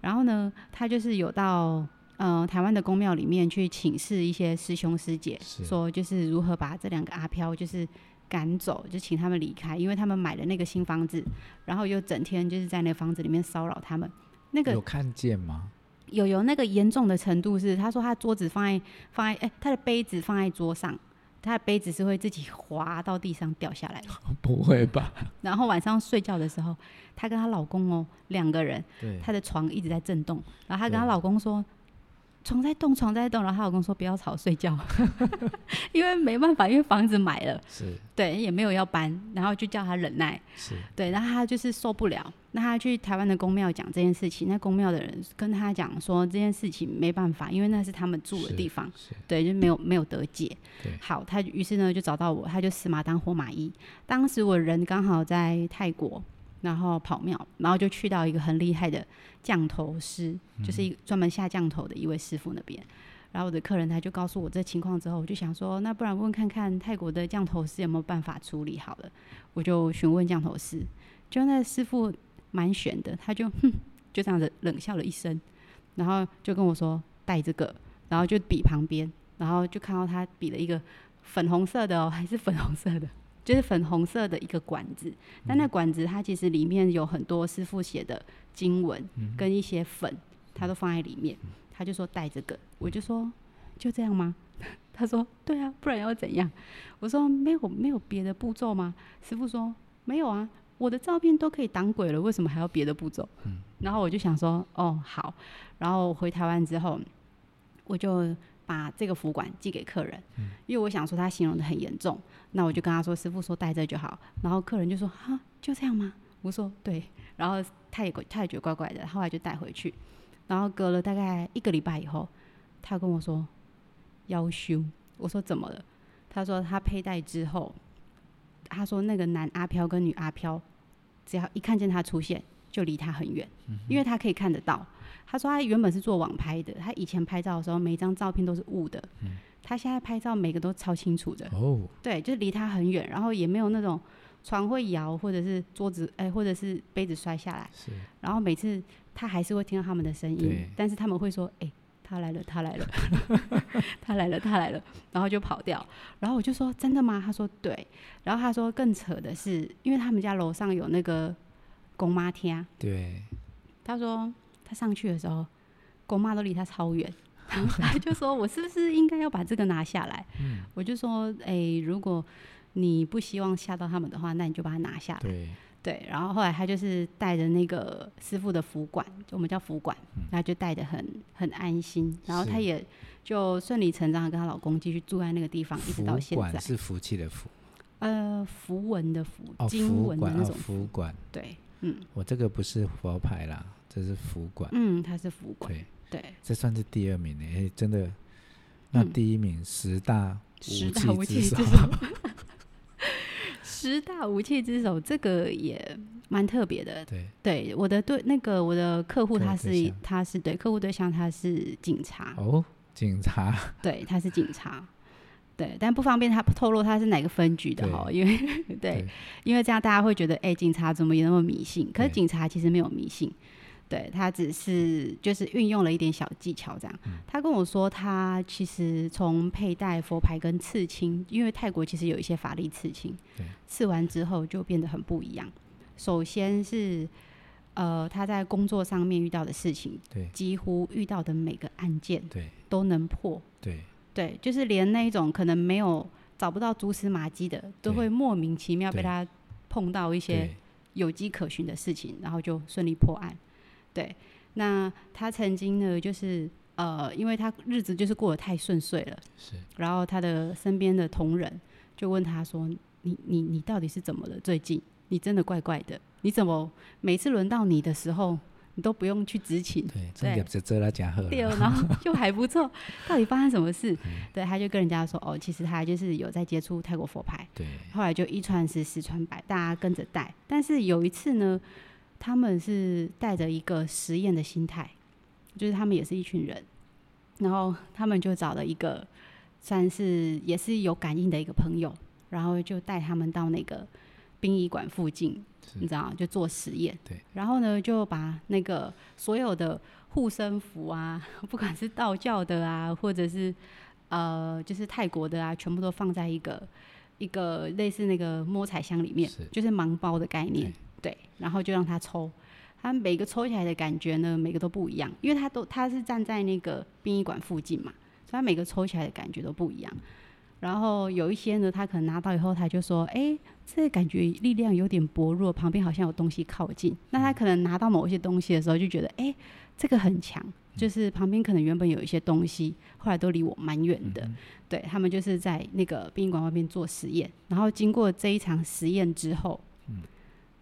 Speaker 2: 然后呢，她就是有到。呃，台湾的宫庙里面去请示一些师兄师姐，
Speaker 1: 是
Speaker 2: 说就是如何把这两个阿飘就是赶走，就请他们离开，因为他们买了那个新房子，然后又整天就是在那房子里面骚扰他们。那个
Speaker 1: 有看见 吗？
Speaker 2: 有有那个严重的程度是，他说他桌子放在放在哎、他的杯子放在桌上，他的杯子是会自己滑到地上掉下来的。
Speaker 1: 不会吧？
Speaker 2: 然后晚上睡觉的时候，她跟她老公哦两个人，
Speaker 1: 对，
Speaker 2: 她的床一直在震动，然后她跟她
Speaker 1: 对
Speaker 2: 老公说。床在动，床在动，然后她老公说不要吵，睡觉， 因为没办法，因为房子买了，
Speaker 1: 是
Speaker 2: 对，也没有要搬，然后就叫她忍耐，
Speaker 1: 是，
Speaker 2: 对，然后他就是受不了，那他去台湾的公庙讲这件事情，那公庙的人跟他讲说这件事情没办法，因为那是他们住的
Speaker 1: 是
Speaker 2: 地方，
Speaker 1: 是
Speaker 2: 对，就没有没有得解
Speaker 1: 对。
Speaker 2: 好，他于是呢就找到我，他就死马当活马医。当时我人刚好在泰国，然后跑庙，然后就去到一个很厉害的降头师，就是一个专门下降头的一位师傅那边。然后我的客人他就告诉我这情况之后，我就想说，那不然问看看泰国的降头师有没有办法处理好了。我就询问降头师，就那师傅蛮悬的，他就哼，就这样子冷笑了一声，然后就跟我说带这个，然后就比旁边，然后就看到他比了一个粉红色的哦， 还是粉红色的。就是粉红色的一个管子，但那管子它其实里面有很多师傅写的经文跟一些粉，他都放在里面。他就说带这个，我就说就这样吗？ 他说对啊，不然要怎样？我说没有没有别的步骤吗？师傅说没有啊，我的照片都可以挡鬼了，为什么还要别的步骤？然后我就想说哦好，然后回台湾之后，我就把这个服管寄给客人，因为我想说他形容的很严重，那我就跟他说师傅说带这就好，然后客人就说啊就这样吗？我说对，然后他也他也觉得怪怪的，后来就带回去。然后隔了大概一个礼拜以后，他跟我说腰修，我说怎么了？他说他佩戴之后，他说那个男阿飘跟女阿飘，只要一看见他出现，就离他很远，因为他可以看得到。他说他原本是做网拍的，他以前拍照的时候每一张照片都是雾的，他现在拍照每个都超清楚的，
Speaker 1: 哦，
Speaker 2: 对，就是离他很远，然后也没有那种床会摇或者是桌子哎、或者是杯子摔下来。
Speaker 1: 是
Speaker 2: 然后每次他还是会听到他们的声音
Speaker 1: 对，
Speaker 2: 但是他们会说：“哎、他来了，他来了， 他来了，他来了。”然后就跑掉。然后我就说：“真的吗？”他说：“对。”然后他说更扯的是，因为他们家楼上有那个公妈啊听，
Speaker 1: 对，
Speaker 2: 他说他上去的时候，公妈都离他 超远。然后他就说：“我是不是应该要把这个拿下来？”
Speaker 1: 嗯，
Speaker 2: 我就说：“哎、如果你不希望吓到他们的话，那你就把它拿下来。”
Speaker 1: 对，
Speaker 2: 对，然后后来他就是带着那个师傅的服管，就我们叫服管，他就带的很很安心，然后
Speaker 1: 嗯
Speaker 2: 他
Speaker 1: 是
Speaker 2: 也就顺理成章的跟她老公继续住在那个地方，一直
Speaker 1: 福
Speaker 2: 到现
Speaker 1: 管
Speaker 2: 在。
Speaker 1: 是福气的福，
Speaker 2: 呃，符文的符，
Speaker 1: 哦，
Speaker 2: 经
Speaker 1: 福
Speaker 2: 文的
Speaker 1: 管
Speaker 2: 那
Speaker 1: 哦，
Speaker 2: 种
Speaker 1: 福管，
Speaker 2: 对，嗯
Speaker 1: 我这个不是佛牌啦，这是福管，
Speaker 2: 嗯，它是符管，
Speaker 1: 对，
Speaker 2: 对，
Speaker 1: 这算是第二名呢，哎，真的，那
Speaker 2: 嗯
Speaker 1: 第一名十大
Speaker 2: 十大
Speaker 1: 武
Speaker 2: 武
Speaker 1: 器
Speaker 2: 器
Speaker 1: 之
Speaker 2: 之
Speaker 1: 首
Speaker 2: 首， 十大武器之首，这个也蛮特别的。
Speaker 1: 对，
Speaker 2: 对，我的对那个我的客户
Speaker 1: 客户
Speaker 2: 他
Speaker 1: 对
Speaker 2: 是
Speaker 1: 象
Speaker 2: 他是对客户对象他是警察，
Speaker 1: 哦，警察，
Speaker 2: 对，他是警察，对，但不方便他透露他是哪个分局的哈，
Speaker 1: 对
Speaker 2: 因为 对，
Speaker 1: 对
Speaker 2: 因为这样大家会觉得，哎、警察怎么也那么迷信？可是
Speaker 1: 对
Speaker 2: 警察其实没有迷信，对他只是就是运用了一点小技巧这
Speaker 1: 嗯
Speaker 2: 样。他跟我说，他其实从佩戴佛牌跟刺青，因为泰国其实有一些法力刺青
Speaker 1: 对，
Speaker 2: 刺完之后就变得很不一样。首先是。呃，他在工作上面遇到的事情，
Speaker 1: 对
Speaker 2: 几乎遇到的每个案件
Speaker 1: 对
Speaker 2: 都能破，
Speaker 1: 对，
Speaker 2: 对，就是连那一种可能没有找不到蛛丝马迹的，都
Speaker 1: 对
Speaker 2: 会莫名其妙被
Speaker 1: 对
Speaker 2: 他碰到一些
Speaker 1: 对，
Speaker 2: 有迹可循的事情，然后就顺利破案。对，那他曾经呢，就是呃，因为他日子就是过得太顺遂了，
Speaker 1: 是，
Speaker 2: 然后他的身边的同仁就问他说：“你你你到底是怎么了？最近你真的怪怪的，你怎么每次轮到你的时候，你都不用去执勤，
Speaker 1: 对，这个就做到讲好
Speaker 2: 对
Speaker 1: 了，
Speaker 2: 哦，然后就还不错。到底发生什么事？对，他就跟人家说，哦，其实他就是有在接触泰国佛牌，
Speaker 1: 对，
Speaker 2: 后来就一传十，十传百，大家跟着带。但是有一次呢，他们是带着一个实验的心态，就是他们也是一群人，然后他们就找了一个算是也是有感应的一个朋友，然后就带他们到那个殡仪馆附近，
Speaker 1: 是
Speaker 2: 你知道吗就做实验。
Speaker 1: 对。
Speaker 2: 然后呢，就把那个所有的护身符啊， 不管是道教的啊，或者是呃，就是泰国的啊，全部都放在一个一个类似那个摸彩箱里面
Speaker 1: 是，
Speaker 2: 就是盲包的概念。对。然后就让他抽。他每个抽起来的感觉呢，每个都不一样，因为他都他是站在那个殡仪馆附近嘛，所以他每个抽起来的感觉都不一样。然后有一些呢，他可能拿到以后，他就说：“哎、这个感觉力量有点薄弱，旁边好像有东西靠近。”那他可能拿到某一些东西的时候，就觉得：“哎、这个很强，就是旁边可能原本有一些东西，后来都离我蛮远的。对他们就是在那个殡仪馆外面做实验，然后经过这一场实验之后，
Speaker 1: 嗯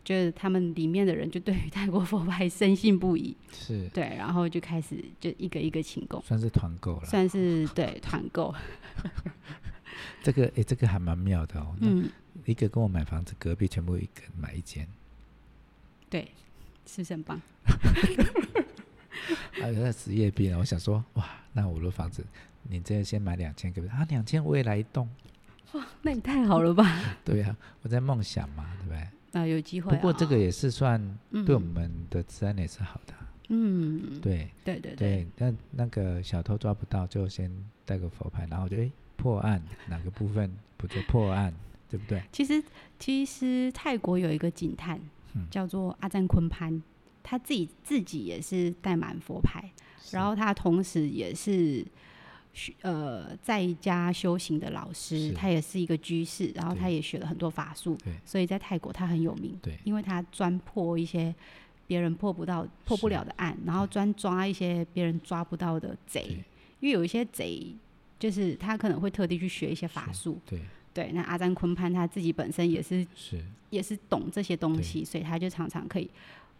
Speaker 2: 就是他们里面的人就对于泰国佛牌深信不疑，
Speaker 1: 是
Speaker 2: 对，然后就开始就一个一个请供，
Speaker 1: 算是团购了。
Speaker 2: 哦算是对团购，
Speaker 1: 这个诶，这个还蛮妙的哦。那
Speaker 2: 嗯，
Speaker 1: 一个跟我买房子，隔壁全部一个人买一间，
Speaker 2: 对，是不是很棒？
Speaker 1: 啊，有点职业病啊。我想说，哇，那我的房子你这先买两千，给我啊，两千我也来一栋，
Speaker 2: 那你太好了 吧？
Speaker 1: 对呀、我在梦想嘛，对不对？
Speaker 2: 啊，有机会、
Speaker 1: 不
Speaker 2: 啊。
Speaker 1: 过这个也是算
Speaker 2: 嗯
Speaker 1: 对我们的治安也是好的啊，
Speaker 2: 嗯，
Speaker 1: 对
Speaker 2: 对对
Speaker 1: 对。
Speaker 2: 对，
Speaker 1: 那那个小偷抓不到，就先带个佛牌，然后就诶破案哪个部分不对，破 案对不对？
Speaker 2: 其实其实泰国有一个警探、
Speaker 1: 嗯
Speaker 2: 叫做阿赞昆潘，他自己自己也是带满佛牌，然后他同时也是学呃在家修行的老师，
Speaker 1: 是
Speaker 2: 他也是一个居士，然后
Speaker 1: 对
Speaker 2: 他也学了很多法术
Speaker 1: 对，
Speaker 2: 所以在泰国他很有名，
Speaker 1: 对
Speaker 2: 因为他专破一些。别人破不到、破不
Speaker 1: 是
Speaker 2: 了的案，然后专抓一些别人抓不到的贼
Speaker 1: 对，
Speaker 2: 因为有一些贼，就是他可能会特地去学一些法
Speaker 1: 是
Speaker 2: 术，
Speaker 1: 对
Speaker 2: 对，那阿占昆潘他自己本身也是
Speaker 1: 是
Speaker 2: 也是懂这些东西，所以他就常常可以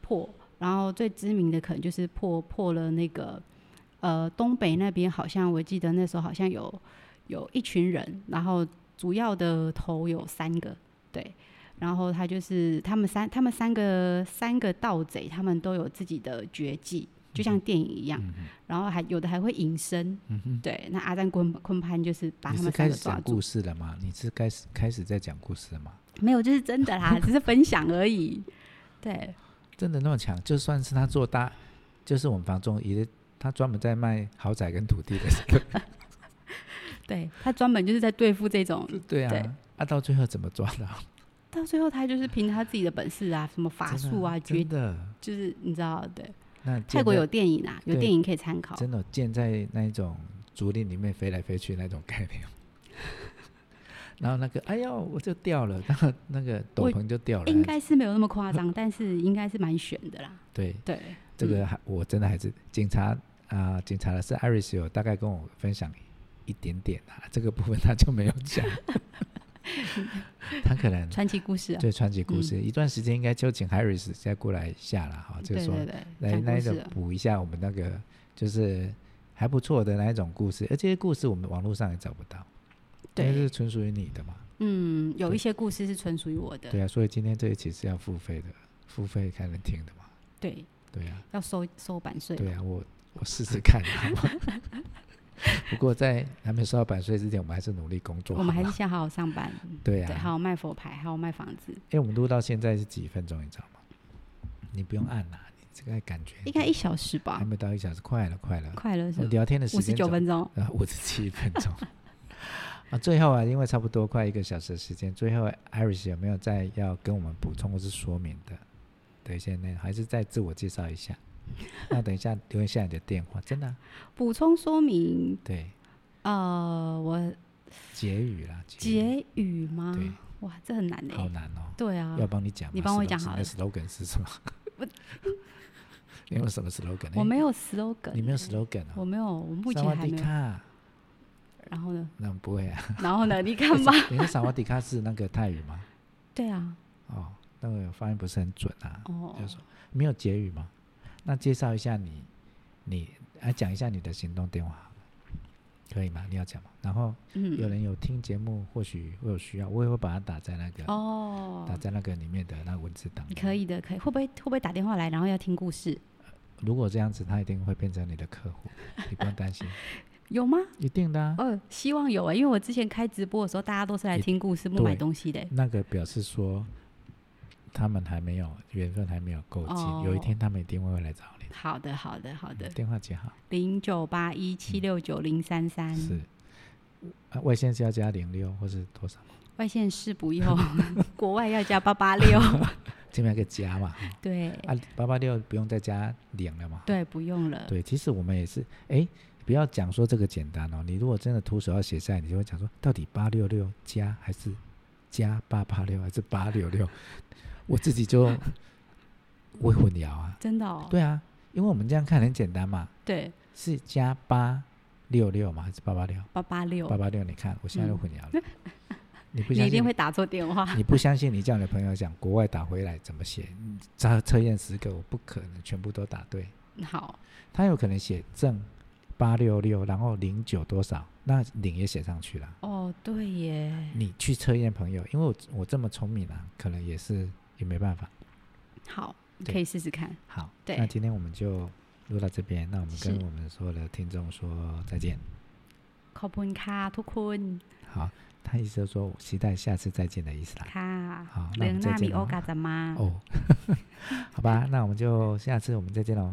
Speaker 2: 破。然后最知名的可能就是破破了那个呃东北那边，好像我记得那时候好像有有一群人，然后主要的头有三个，对。然后他就是他们三，他们三个三个盗贼，他们都有自己的绝技，就像电影一样。
Speaker 1: 嗯哼
Speaker 2: 然后还有的还会隐身，
Speaker 1: 嗯哼。
Speaker 2: 对。那阿赞昆昆潘就是把
Speaker 1: 你
Speaker 2: 他
Speaker 1: 是
Speaker 2: 们
Speaker 1: 开
Speaker 2: 三个
Speaker 1: 始
Speaker 2: 抓
Speaker 1: 讲
Speaker 2: 住。
Speaker 1: 故事了吗？你是开始开始在讲故事了吗？
Speaker 2: 没有，就是真的啦，只是分享而已。对，
Speaker 1: 真的那么强？就算是他做大，就是我们房中也他专门在卖豪宅跟土地的 这个
Speaker 2: 对他专门就是在对付这种，
Speaker 1: 对啊，
Speaker 2: 对
Speaker 1: 啊到最后怎么抓到？
Speaker 2: 到最后他就是凭他自己的本事啊，什么法
Speaker 1: 真的
Speaker 2: 术啊，绝
Speaker 1: 真的。
Speaker 2: 就是你知道，对，
Speaker 1: 那
Speaker 2: 泰
Speaker 1: 建
Speaker 2: 国
Speaker 1: 在
Speaker 2: 有电影啊，有
Speaker 1: 对
Speaker 2: 电影可以参考。
Speaker 1: 真的建在那一种竹林里面飞来飞去那种概念。 然后那个，哎呦，我就掉了，那个那个斗
Speaker 2: 我
Speaker 1: 篷就掉了。
Speaker 2: 应该是没有那么夸张，但是应该是蛮悬的啦。
Speaker 1: 对，
Speaker 2: 对，
Speaker 1: 这个还我真的还是警察啊、警察的是 Iris 有大概跟我分享一点点啊，这个部分他就没有讲， 他可能
Speaker 2: 传奇故事啊，
Speaker 1: 对传奇故事、一段时间应该就请 Iris 再过来一下啦，哈、就是
Speaker 2: 对
Speaker 1: 说
Speaker 2: 对对，
Speaker 1: 来那一
Speaker 2: 讲故事
Speaker 1: 种
Speaker 2: 啊
Speaker 1: 补一下我们那个就是还不错的那一种故事，而这些故事我们网络上也找不到，因为
Speaker 2: 对
Speaker 1: 是，纯属于你的嘛，
Speaker 2: 嗯，有
Speaker 1: 对
Speaker 2: 一些故事是纯属于我的，
Speaker 1: 对啊，所以今天这一期是要付费的，付费才能听的嘛，
Speaker 2: 对，
Speaker 1: 对啊。
Speaker 2: 要收收版税，
Speaker 1: 对啊，我我试试看，好吗？ 不过在还没收到版税之前，我们还是努力工作，
Speaker 2: 我们
Speaker 1: 好
Speaker 2: 还是
Speaker 1: 吗
Speaker 2: 先好好上班，
Speaker 1: 对
Speaker 2: 对，还
Speaker 1: 啊。
Speaker 2: 有卖佛牌，还有卖房子，
Speaker 1: 哎，我们录到现在是几分钟，你知道吗？你不用按啦、你这个感觉
Speaker 2: 应该一小时吧
Speaker 1: 还，没到一小时，快了，快了。
Speaker 2: 快乐
Speaker 1: 我
Speaker 2: 是
Speaker 1: 们聊天的时
Speaker 2: 五
Speaker 1: 间
Speaker 2: 呃十九
Speaker 1: 总
Speaker 2: 分钟，
Speaker 1: 啊，五十七分钟。 啊，最后啊，因为差不多快一个小时的时间，最后 Iris 有没有再要跟我们补充或是说明的的一些内容，还是再自我介绍一 下？那等一下留一下你的电话，真的啊、
Speaker 2: 补充说明，
Speaker 1: 对，
Speaker 2: 呃，我
Speaker 1: 结语啦，语
Speaker 2: 结语吗？
Speaker 1: 对，
Speaker 2: 哇，这很难的、欸
Speaker 1: 好难哦，
Speaker 2: 对啊
Speaker 1: 要，帮你讲吗，
Speaker 2: 你帮我讲
Speaker 1: slogan-
Speaker 2: 好
Speaker 1: 你的 slogan 是什么？ 你有什么 slogan？
Speaker 2: 我
Speaker 1: 诶
Speaker 2: 没有 slogan，
Speaker 1: 你没有
Speaker 2: 欸
Speaker 1: slogan
Speaker 2: 我
Speaker 1: 啊？
Speaker 2: 没有，我目
Speaker 1: 萨
Speaker 2: 前
Speaker 1: 瓦
Speaker 2: 还
Speaker 1: 迪
Speaker 2: 没有。
Speaker 1: 卡，
Speaker 2: 然后呢？
Speaker 1: 那不会啊？
Speaker 2: 然后呢？你看吧。
Speaker 1: 你的萨瓦迪卡是那个泰语吗？
Speaker 2: 对 啊，
Speaker 1: 哦，那个发音不是很准啊。
Speaker 2: 哦，
Speaker 1: 就是说没有结语吗？那介绍一下你，你来讲一下你的行动电话好了，可以吗？你要讲吗？然后有
Speaker 2: 嗯，
Speaker 1: 人有听节目，或许会有需要，我也会把它打在那个、
Speaker 2: 哦
Speaker 1: 打，在那个里面的那个文字档。
Speaker 2: 可。以的，可以。会不会会不会打电话来，然后要听故事？
Speaker 1: 如果这样子，他一定会变成你的客 户，你不用担心，
Speaker 2: 有吗？
Speaker 1: 一定的、啊。
Speaker 2: 哦，希望有啊、因为我之前开直播的时候，大家都是来
Speaker 1: 一
Speaker 2: 听故事、不买
Speaker 1: 对
Speaker 2: 东西的欸。
Speaker 1: 那个表示说，他们还没有缘分，还没有够近，有一
Speaker 2: 哦
Speaker 1: 天他们一定会来找你。
Speaker 2: 好的，好的，好的。
Speaker 1: 电话记好
Speaker 2: 零九八一七六九零三三，
Speaker 1: 是，啊，外线是要加零六或是多少？
Speaker 2: 外线是 不用，国外要加八八六。
Speaker 1: 这边有个加嘛，
Speaker 2: 对，
Speaker 1: 啊，八八六不用再加零了嘛？
Speaker 2: 对，不用了。
Speaker 1: 对，其实我们也是，哎，不要讲说这个简单哦。你如果真的徒手要写下来，你就会讲说，到底八六六加还是加八八六还是八六六？我自己就 会混淆啊。
Speaker 2: 真的哦。
Speaker 1: 对啊，因为我们这样看很简单嘛，
Speaker 2: 对，
Speaker 1: 是加八六六嘛，还是八八六？
Speaker 2: 八八六
Speaker 1: 八，八六，你看我现在都混淆了。你不
Speaker 2: 你
Speaker 1: 相
Speaker 2: 一定
Speaker 1: 信？
Speaker 2: 会打错 电话。
Speaker 1: 你不相信？你叫你的朋友讲国外打回来怎么写？嗯测测验十个，我不可能全部都答对。
Speaker 2: 好，
Speaker 1: 他有可能写正八六六，然后零九多少，那零也写上去了。
Speaker 2: 哦，对耶，
Speaker 1: 你去测验朋友，因为我我这么聪明啊，可能也是也没办法。
Speaker 2: 好，你
Speaker 1: 对
Speaker 2: 可以试试看。
Speaker 1: 好，
Speaker 2: 对
Speaker 1: 那今天我们就录到这边，那我们跟
Speaker 2: 是
Speaker 1: 我们所有的听众说再见。
Speaker 2: ขอบคุณค่ะทุกคน
Speaker 1: 好，他意思就是说我期待下次再见的意思啦。
Speaker 2: ค่ะ
Speaker 1: 好那我
Speaker 2: เรื่อง
Speaker 1: 们
Speaker 2: ห
Speaker 1: 再啊哦
Speaker 2: น้า
Speaker 1: 见
Speaker 2: มีโอ
Speaker 1: 喽
Speaker 2: กาสจะมา
Speaker 1: 哦，好吧，那我们就下次我们再见喽，